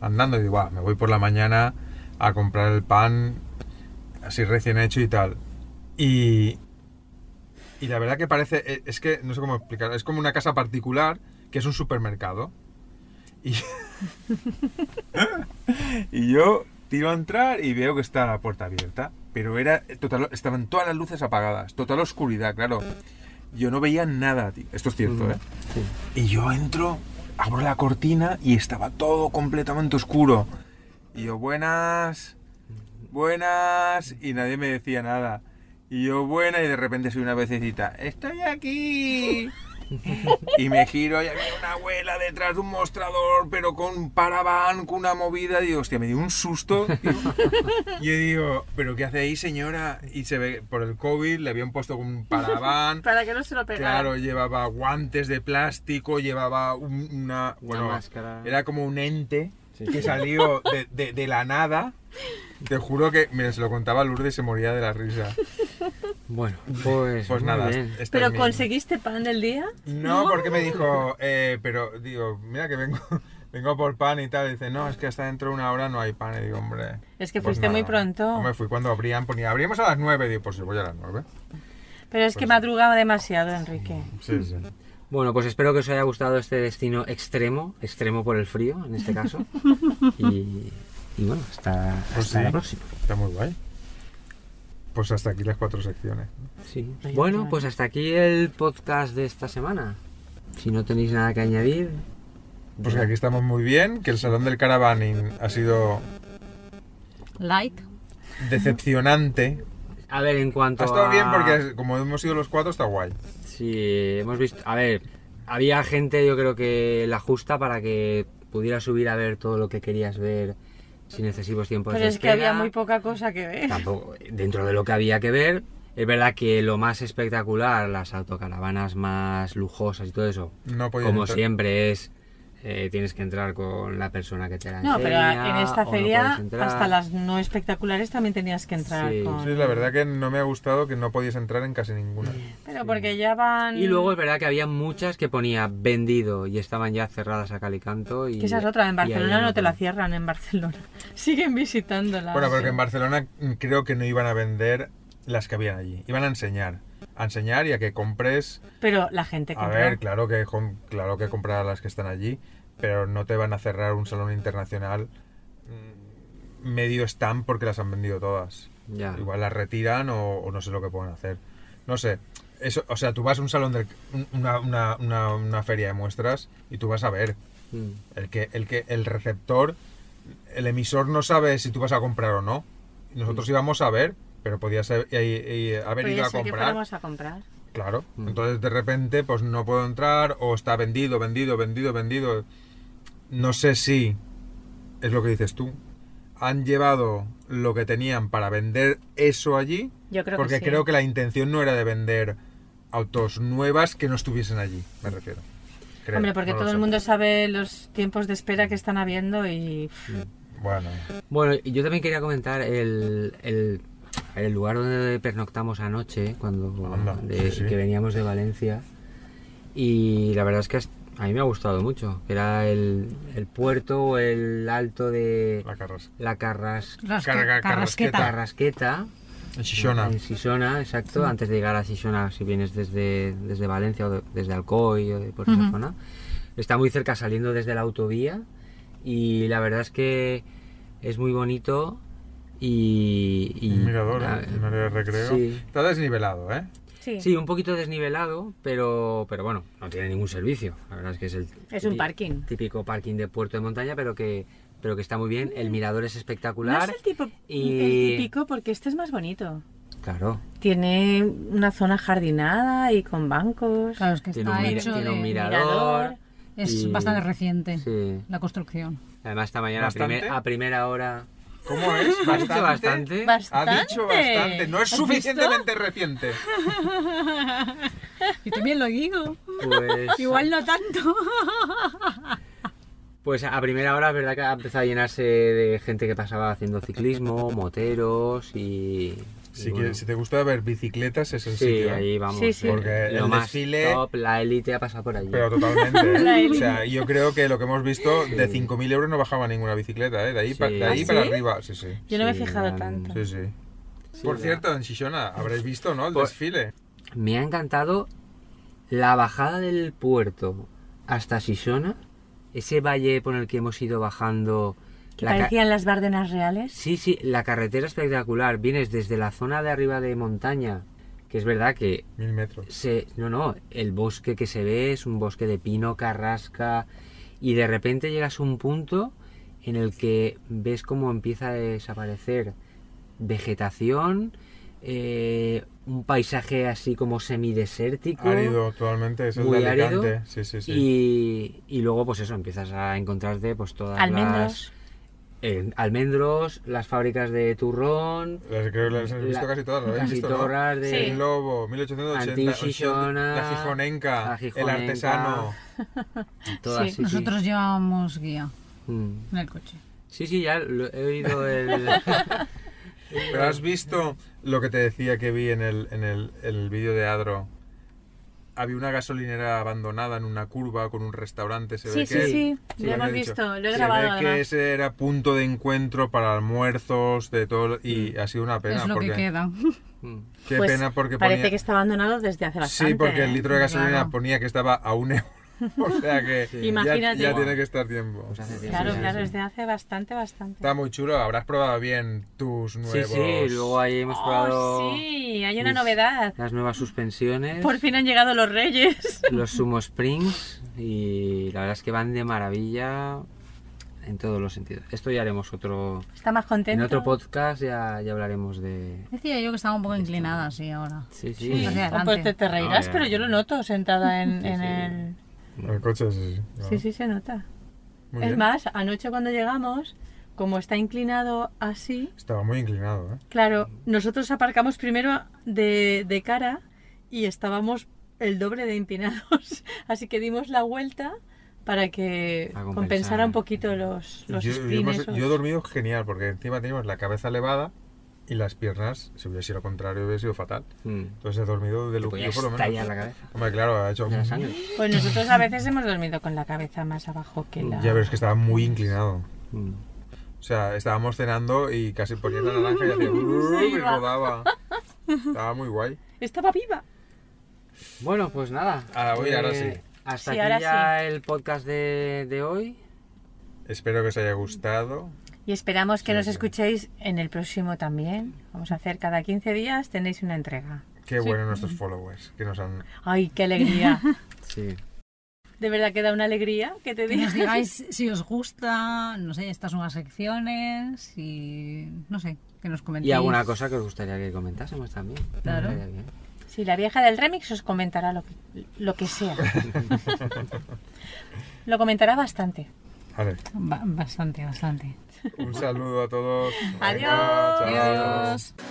Speaker 2: andando y digo, "Buah, me voy por la mañana a comprar el pan así recién hecho y tal. Y, y la verdad que parece, e- es que no sé cómo explicar, es como una casa particular que es un supermercado. Y, y yo tiro a entrar y veo que está la puerta abierta, pero era total, estaban todas las luces apagadas, total oscuridad, claro. Yo no veía nada, tío. Esto es cierto, ¿eh? Y yo entro, abro la cortina y estaba todo completamente oscuro. Y yo, buenas, buenas, y nadie me decía nada. Y yo, buena, y de repente soy una vececita, estoy aquí. Y me giro y había una abuela detrás de un mostrador, pero con un paravan, con una movida. Digo, hostia, me dio un susto. Y yo digo, ¿pero qué hace ahí, señora? Y se ve, por el COVID le habían puesto un paravan.
Speaker 1: Para que no se lo pegara.
Speaker 2: Claro, llevaba guantes de plástico, llevaba un- una... Bueno,
Speaker 3: máscara.
Speaker 2: Era como un ente
Speaker 3: Sí,
Speaker 2: que
Speaker 3: sí.
Speaker 2: salió de, de- de la nada. Te juro que, mira, se lo contaba a Lourdes y se moría de la risa.
Speaker 3: Bueno, pues.
Speaker 2: Pues
Speaker 3: muy
Speaker 2: nada,
Speaker 3: bien.
Speaker 2: esta es
Speaker 1: ¿Pero
Speaker 2: mi-
Speaker 1: conseguiste pan del día?
Speaker 2: No, porque me dijo, eh, pero digo, mira que vengo, vengo por pan y tal. Y dice, no, es que hasta dentro de una hora no hay pan. Y digo, hombre...
Speaker 1: Es que fuiste muy pronto.
Speaker 2: No me fui cuando abrían, ponía, abrimos a las nueve. Digo, pues si voy a las nueve.
Speaker 1: Pero es que madrugaba demasiado, Enrique.
Speaker 2: Sí, sí.
Speaker 3: Bueno, pues espero que os haya gustado este destino extremo, extremo por el frío en este caso. y, Y bueno, hasta, hasta
Speaker 2: Pues sí.
Speaker 3: la próxima.
Speaker 2: Está muy guay. Pues hasta aquí las cuatro secciones.
Speaker 3: Sí.
Speaker 1: Ahí
Speaker 3: Bueno,
Speaker 1: está.
Speaker 3: pues hasta aquí el podcast de esta semana. Si no tenéis nada que añadir,
Speaker 2: Pues que aquí estamos muy bien, que el salón del caravaning ha sido
Speaker 4: Light.
Speaker 2: decepcionante.
Speaker 3: a ver, en cuanto
Speaker 2: Ha estado
Speaker 3: a-
Speaker 2: bien porque como hemos sido los cuatro está guay.
Speaker 3: Sí, hemos visto. A ver, había gente, yo creo que la justa para que pudieras subir a ver todo lo que querías ver sin excesivos tiempos
Speaker 1: Pero
Speaker 3: de
Speaker 1: es que había
Speaker 3: espera.
Speaker 1: muy poca cosa que ver.
Speaker 3: Tampoco, dentro de lo que había que ver, es verdad que lo más espectacular, las autocaravanas más lujosas y todo eso,
Speaker 2: No podía
Speaker 3: como
Speaker 2: entrar.
Speaker 3: siempre es. eh, tienes que entrar con la persona que te la
Speaker 1: No, pero
Speaker 3: enseña,
Speaker 1: en
Speaker 3: o
Speaker 1: esta
Speaker 3: no
Speaker 1: feria,
Speaker 3: puedes entrar.
Speaker 1: hasta las no espectaculares también tenías que entrar
Speaker 3: Sí.
Speaker 1: con...
Speaker 2: Sí, la verdad que no me ha gustado que no podías entrar en casi ninguna.
Speaker 1: Pero porque ya van...
Speaker 3: Y luego es verdad que había muchas que ponía vendido y estaban ya cerradas a cal y canto. Y,
Speaker 1: Que esa es otra, en
Speaker 3: y ahí
Speaker 1: Barcelona no te la
Speaker 3: podía.
Speaker 1: cierran, en Barcelona. Siguen visitándola.
Speaker 2: Bueno, porque en Barcelona creo que no iban a vender las que habían allí. Iban a enseñar. A enseñar y a que compres.
Speaker 1: Pero la gente
Speaker 2: A
Speaker 1: compra.
Speaker 2: ver, claro que, com- claro que comprar las que están allí, pero no te van a cerrar un salón internacional mm, medio stand porque las han vendido todas.
Speaker 3: Ya.
Speaker 2: Igual las retiran o, o no sé lo que pueden hacer. No sé. Eso, o sea, tú vas a un salón, del- un- una, una- una- una feria de muestras y tú vas a ver.
Speaker 3: Mm.
Speaker 2: El que, el que el receptor, el emisor no sabe si tú vas a comprar o no. Nosotros íbamos a ver, pero podías haber, y- y haber
Speaker 1: Podría
Speaker 2: ido a
Speaker 1: ser que
Speaker 2: comprar.
Speaker 1: fuéramos a comprar.
Speaker 2: Claro.
Speaker 3: Mm.
Speaker 2: Entonces de repente, pues no puedo entrar, o está vendido, vendido, vendido, vendido. No sé si es lo que dices tú. Han llevado lo que tenían para vender eso allí,
Speaker 1: Yo creo
Speaker 2: porque
Speaker 1: que sí.
Speaker 2: creo que la intención no era de vender autos nuevas que no estuviesen allí, me refiero. Creo,
Speaker 1: Hombre, porque
Speaker 2: no lo
Speaker 1: todo el
Speaker 2: sé.
Speaker 1: mundo sabe los tiempos de espera que están habiendo y...
Speaker 2: Bueno,
Speaker 3: Bueno, y yo también quería comentar el, el, el lugar donde pernoctamos anoche, cuando
Speaker 2: Anda,
Speaker 3: de-
Speaker 2: sí, sí.
Speaker 3: que veníamos de Valencia. Y la verdad es que has- a mí me ha gustado mucho. que Era el, el puerto o el alto de
Speaker 2: la carras.
Speaker 3: la Carras,
Speaker 4: Rasque-
Speaker 2: Carga- carrasqueta.
Speaker 4: carrasqueta.
Speaker 3: Carrasqueta.
Speaker 2: En Xixona.
Speaker 3: En Sisona, exacto. Antes de llegar a Sisona, si vienes desde, desde Valencia o de- desde Alcoy o de por esa
Speaker 4: Ujú.
Speaker 3: zona, está muy cerca saliendo desde la autovía y la verdad es que es muy bonito y... y-
Speaker 2: Un mirador,
Speaker 3: a-
Speaker 2: ¿eh? Un área de recreo.
Speaker 3: Sí.
Speaker 2: Está desnivelado, ¿eh?
Speaker 1: Sí,
Speaker 3: Sí, un poquito desnivelado, pero, pero bueno, no tiene ningún servicio. La verdad es que es el
Speaker 1: es un
Speaker 3: típi-
Speaker 1: parking.
Speaker 3: típico parking de puerto de montaña, pero que, pero que está muy bien. El mirador es
Speaker 1: No
Speaker 3: espectacular.
Speaker 1: es el, tipo,
Speaker 3: y-
Speaker 1: el típico porque este es más bonito.
Speaker 3: Claro,
Speaker 1: Tiene una zona jardinada y con bancos.
Speaker 4: Claro, es que
Speaker 3: tiene
Speaker 4: está
Speaker 3: un, mira-
Speaker 4: hecho
Speaker 3: tiene un
Speaker 4: de-
Speaker 3: mirador.
Speaker 1: mirador.
Speaker 4: Es
Speaker 3: y-
Speaker 4: bastante reciente
Speaker 3: Sí.
Speaker 4: la construcción.
Speaker 3: Además, esta mañana a,
Speaker 2: ¿Bastante?
Speaker 3: primer- a primera hora.
Speaker 2: ¿Cómo es?
Speaker 3: ¿Has dicho bastante?
Speaker 2: Ha dicho bastante. No es
Speaker 1: ¿Has visto?
Speaker 2: suficientemente reciente.
Speaker 4: Yo también lo digo.
Speaker 3: Pues,
Speaker 4: Igual no tanto.
Speaker 3: pues a primera hora es verdad que ha empezado a llenarse de gente que pasaba haciendo ciclismo, moteros y. y
Speaker 2: Si,
Speaker 3: bueno.
Speaker 2: quieres- si te gusta ver bicicletas, es el
Speaker 3: Sí,
Speaker 2: sitio. ¿eh?
Speaker 3: ahí vamos.
Speaker 1: Sí,
Speaker 3: eh,
Speaker 1: sí.
Speaker 2: Porque
Speaker 3: Lo
Speaker 2: el
Speaker 3: más
Speaker 2: desfile-
Speaker 3: top, la élite ha pasado por allí.
Speaker 2: Pero totalmente. ¿eh?
Speaker 1: La
Speaker 2: o sea, yo creo que lo que hemos visto, de 5.000 euros no bajaba ninguna bicicleta, ¿eh? De ahí, pa-
Speaker 3: Sí.
Speaker 2: de ahí
Speaker 1: ¿Ah,
Speaker 2: para
Speaker 1: sí?
Speaker 2: arriba. Sí, sí.
Speaker 1: Yo no me he
Speaker 3: Sí,
Speaker 1: fijado
Speaker 3: van-
Speaker 1: tanto.
Speaker 2: Sí, sí.
Speaker 3: Sí,
Speaker 2: Por
Speaker 3: ya.
Speaker 2: cierto, en Xixona habréis visto, ¿no? El
Speaker 3: Por-
Speaker 2: desfile.
Speaker 3: Me ha encantado la bajada del puerto hasta Sisona, ese valle por el que hemos ido bajando.
Speaker 1: Que
Speaker 3: la ca-
Speaker 1: parecían las Bardenas reales.
Speaker 3: Sí, sí, la carretera espectacular. Vienes desde la zona de arriba de montaña, que es verdad que
Speaker 2: Mil metros.
Speaker 3: se, no, no, el bosque que se ve es un bosque de pino, carrasca, y de repente llegas a un punto en el que ves cómo empieza a desaparecer vegetación, eh, un paisaje así como semidesértico.
Speaker 2: Árido, totalmente. Es el
Speaker 3: muy
Speaker 2: de
Speaker 3: árido,
Speaker 2: Alicante. Sí, sí, sí.
Speaker 3: Y, y luego, pues eso, empiezas a encontrarte pues todas
Speaker 1: Almendros.
Speaker 3: las eh, almendros, las fábricas de turrón,
Speaker 2: Las, creo que las has visto
Speaker 3: La-
Speaker 2: casi todas, ¿lo habéis
Speaker 3: casi
Speaker 2: visto, no?
Speaker 3: todas de
Speaker 1: Sí.
Speaker 2: El Lobo, 1880,
Speaker 3: Antixixona,
Speaker 2: la Gijonenca,
Speaker 3: la
Speaker 2: el
Speaker 3: Gijonenca.
Speaker 2: artesano.
Speaker 3: todas. Ah, sí, sí.
Speaker 4: Nosotros llevábamos guía
Speaker 3: Mm.
Speaker 4: en el coche.
Speaker 3: Sí, sí, ya lo he oído el...
Speaker 2: Pero has visto lo que te decía que vi en el, en el, en el vídeo de Adro. Había una gasolinera abandonada en una curva con un restaurante. Se ve
Speaker 1: Sí, sí,
Speaker 2: que,
Speaker 1: sí,
Speaker 2: se
Speaker 1: lo
Speaker 2: ve
Speaker 1: hemos
Speaker 2: que he dicho,
Speaker 1: visto, lo he
Speaker 2: se
Speaker 1: grabado
Speaker 2: ve que
Speaker 1: además.
Speaker 2: ese era punto de encuentro para almuerzos, de todo.
Speaker 1: Mm.
Speaker 2: Y ha sido una pena.
Speaker 4: es lo
Speaker 2: porque,
Speaker 4: que queda.
Speaker 3: Mm.
Speaker 2: Qué
Speaker 1: Pues
Speaker 2: pena porque
Speaker 1: parece
Speaker 2: ponía-
Speaker 1: que está abandonado desde hace bastante. ¿eh?
Speaker 2: Sí, porque el litro de gasolina
Speaker 4: Claro.
Speaker 2: ponía que estaba a un euro. O sea que
Speaker 3: Sí.
Speaker 2: ya-
Speaker 1: Imagínate.
Speaker 2: ya, tiene que estar tiempo.
Speaker 3: Pues hace tiempo.
Speaker 1: Claro,
Speaker 3: sí,
Speaker 1: claro,
Speaker 3: sí.
Speaker 1: desde hace bastante, bastante. Oh,
Speaker 2: Está muy chulo, habrás probado bien tus
Speaker 3: Sí,
Speaker 2: nuevos.
Speaker 3: sí, luego ahí hemos probado
Speaker 1: Oh, sí, hay una
Speaker 3: mis-
Speaker 1: novedad.
Speaker 3: las nuevas suspensiones,
Speaker 1: Por fin han llegado los reyes.
Speaker 3: los sumo springs y la verdad es que van de maravilla en todos los sentidos. Esto ya haremos otro...
Speaker 1: Está más contento.
Speaker 3: En otro podcast ya, ya hablaremos de...
Speaker 4: Decía yo que estaba un poco inclinada así ahora.
Speaker 3: Sí, sí.
Speaker 1: Sí,
Speaker 4: Pues de
Speaker 1: Ah, pues te, te reirás,
Speaker 3: No, ya.
Speaker 1: pero yo lo noto sentada en,
Speaker 3: Sí,
Speaker 1: en
Speaker 3: sí.
Speaker 1: el...
Speaker 2: El coche, sí, sí. Claro.
Speaker 1: Sí, sí, se nota.
Speaker 2: Muy
Speaker 1: es
Speaker 2: bien.
Speaker 1: más, anoche cuando llegamos, como está inclinado así,
Speaker 2: Estaba muy inclinado, ¿eh?
Speaker 1: claro, nosotros aparcamos primero de, de cara y estábamos el doble de empinados, así que dimos la vuelta para que
Speaker 3: Para compensar.
Speaker 1: compensara un poquito los, los
Speaker 2: yo, yo
Speaker 1: spins.
Speaker 2: hemos- yo he dormido genial porque encima teníamos la cabeza elevada y las piernas, si hubiese sido lo contrario, hubiera sido fatal.
Speaker 3: Mm.
Speaker 2: Entonces he dormido de
Speaker 3: Te
Speaker 2: lujo.
Speaker 3: podía
Speaker 2: Yo por lo
Speaker 3: estallar
Speaker 2: menos.
Speaker 3: la cabeza
Speaker 2: Hombre, claro, ha hecho.
Speaker 3: de la sangre.
Speaker 1: Pues nosotros a veces hemos dormido con la cabeza más abajo que la...
Speaker 2: Ya ves que estaba muy inclinado.
Speaker 3: Mm.
Speaker 2: O sea, estábamos cenando y casi ponía la naranja y hacía. y
Speaker 1: iba.
Speaker 2: rodaba. Estaba muy guay.
Speaker 1: Estaba viva.
Speaker 3: Bueno, pues nada. Eh,
Speaker 2: Ah, oye, ahora sí.
Speaker 3: Hasta
Speaker 1: Sí,
Speaker 3: aquí
Speaker 1: ahora
Speaker 3: ya el podcast de, de hoy.
Speaker 2: Espero que os haya gustado.
Speaker 1: Y esperamos que
Speaker 2: Sí,
Speaker 1: nos
Speaker 2: sí.
Speaker 1: escuchéis en el próximo también. Vamos a hacer cada 15 días, tenéis una entrega.
Speaker 2: Qué bueno nuestros followers que nos han.
Speaker 1: ¡Ay, qué alegría!
Speaker 3: Sí.
Speaker 1: De verdad que da una alegría que te
Speaker 4: Que nos
Speaker 1: digas.
Speaker 4: digáis si os gusta, no sé, estas nuevas secciones y no sé, que nos comentéis.
Speaker 3: Y alguna cosa que os gustaría que comentásemos también.
Speaker 4: Claro.
Speaker 3: Estaría bien.
Speaker 1: Si la vieja del remix os comentará lo que, lo que sea. lo comentará bastante.
Speaker 2: Vale.
Speaker 4: Ba- bastante, bastante.
Speaker 2: Un saludo a todos.
Speaker 1: Adiós.
Speaker 2: Venga, chao.
Speaker 4: Adiós.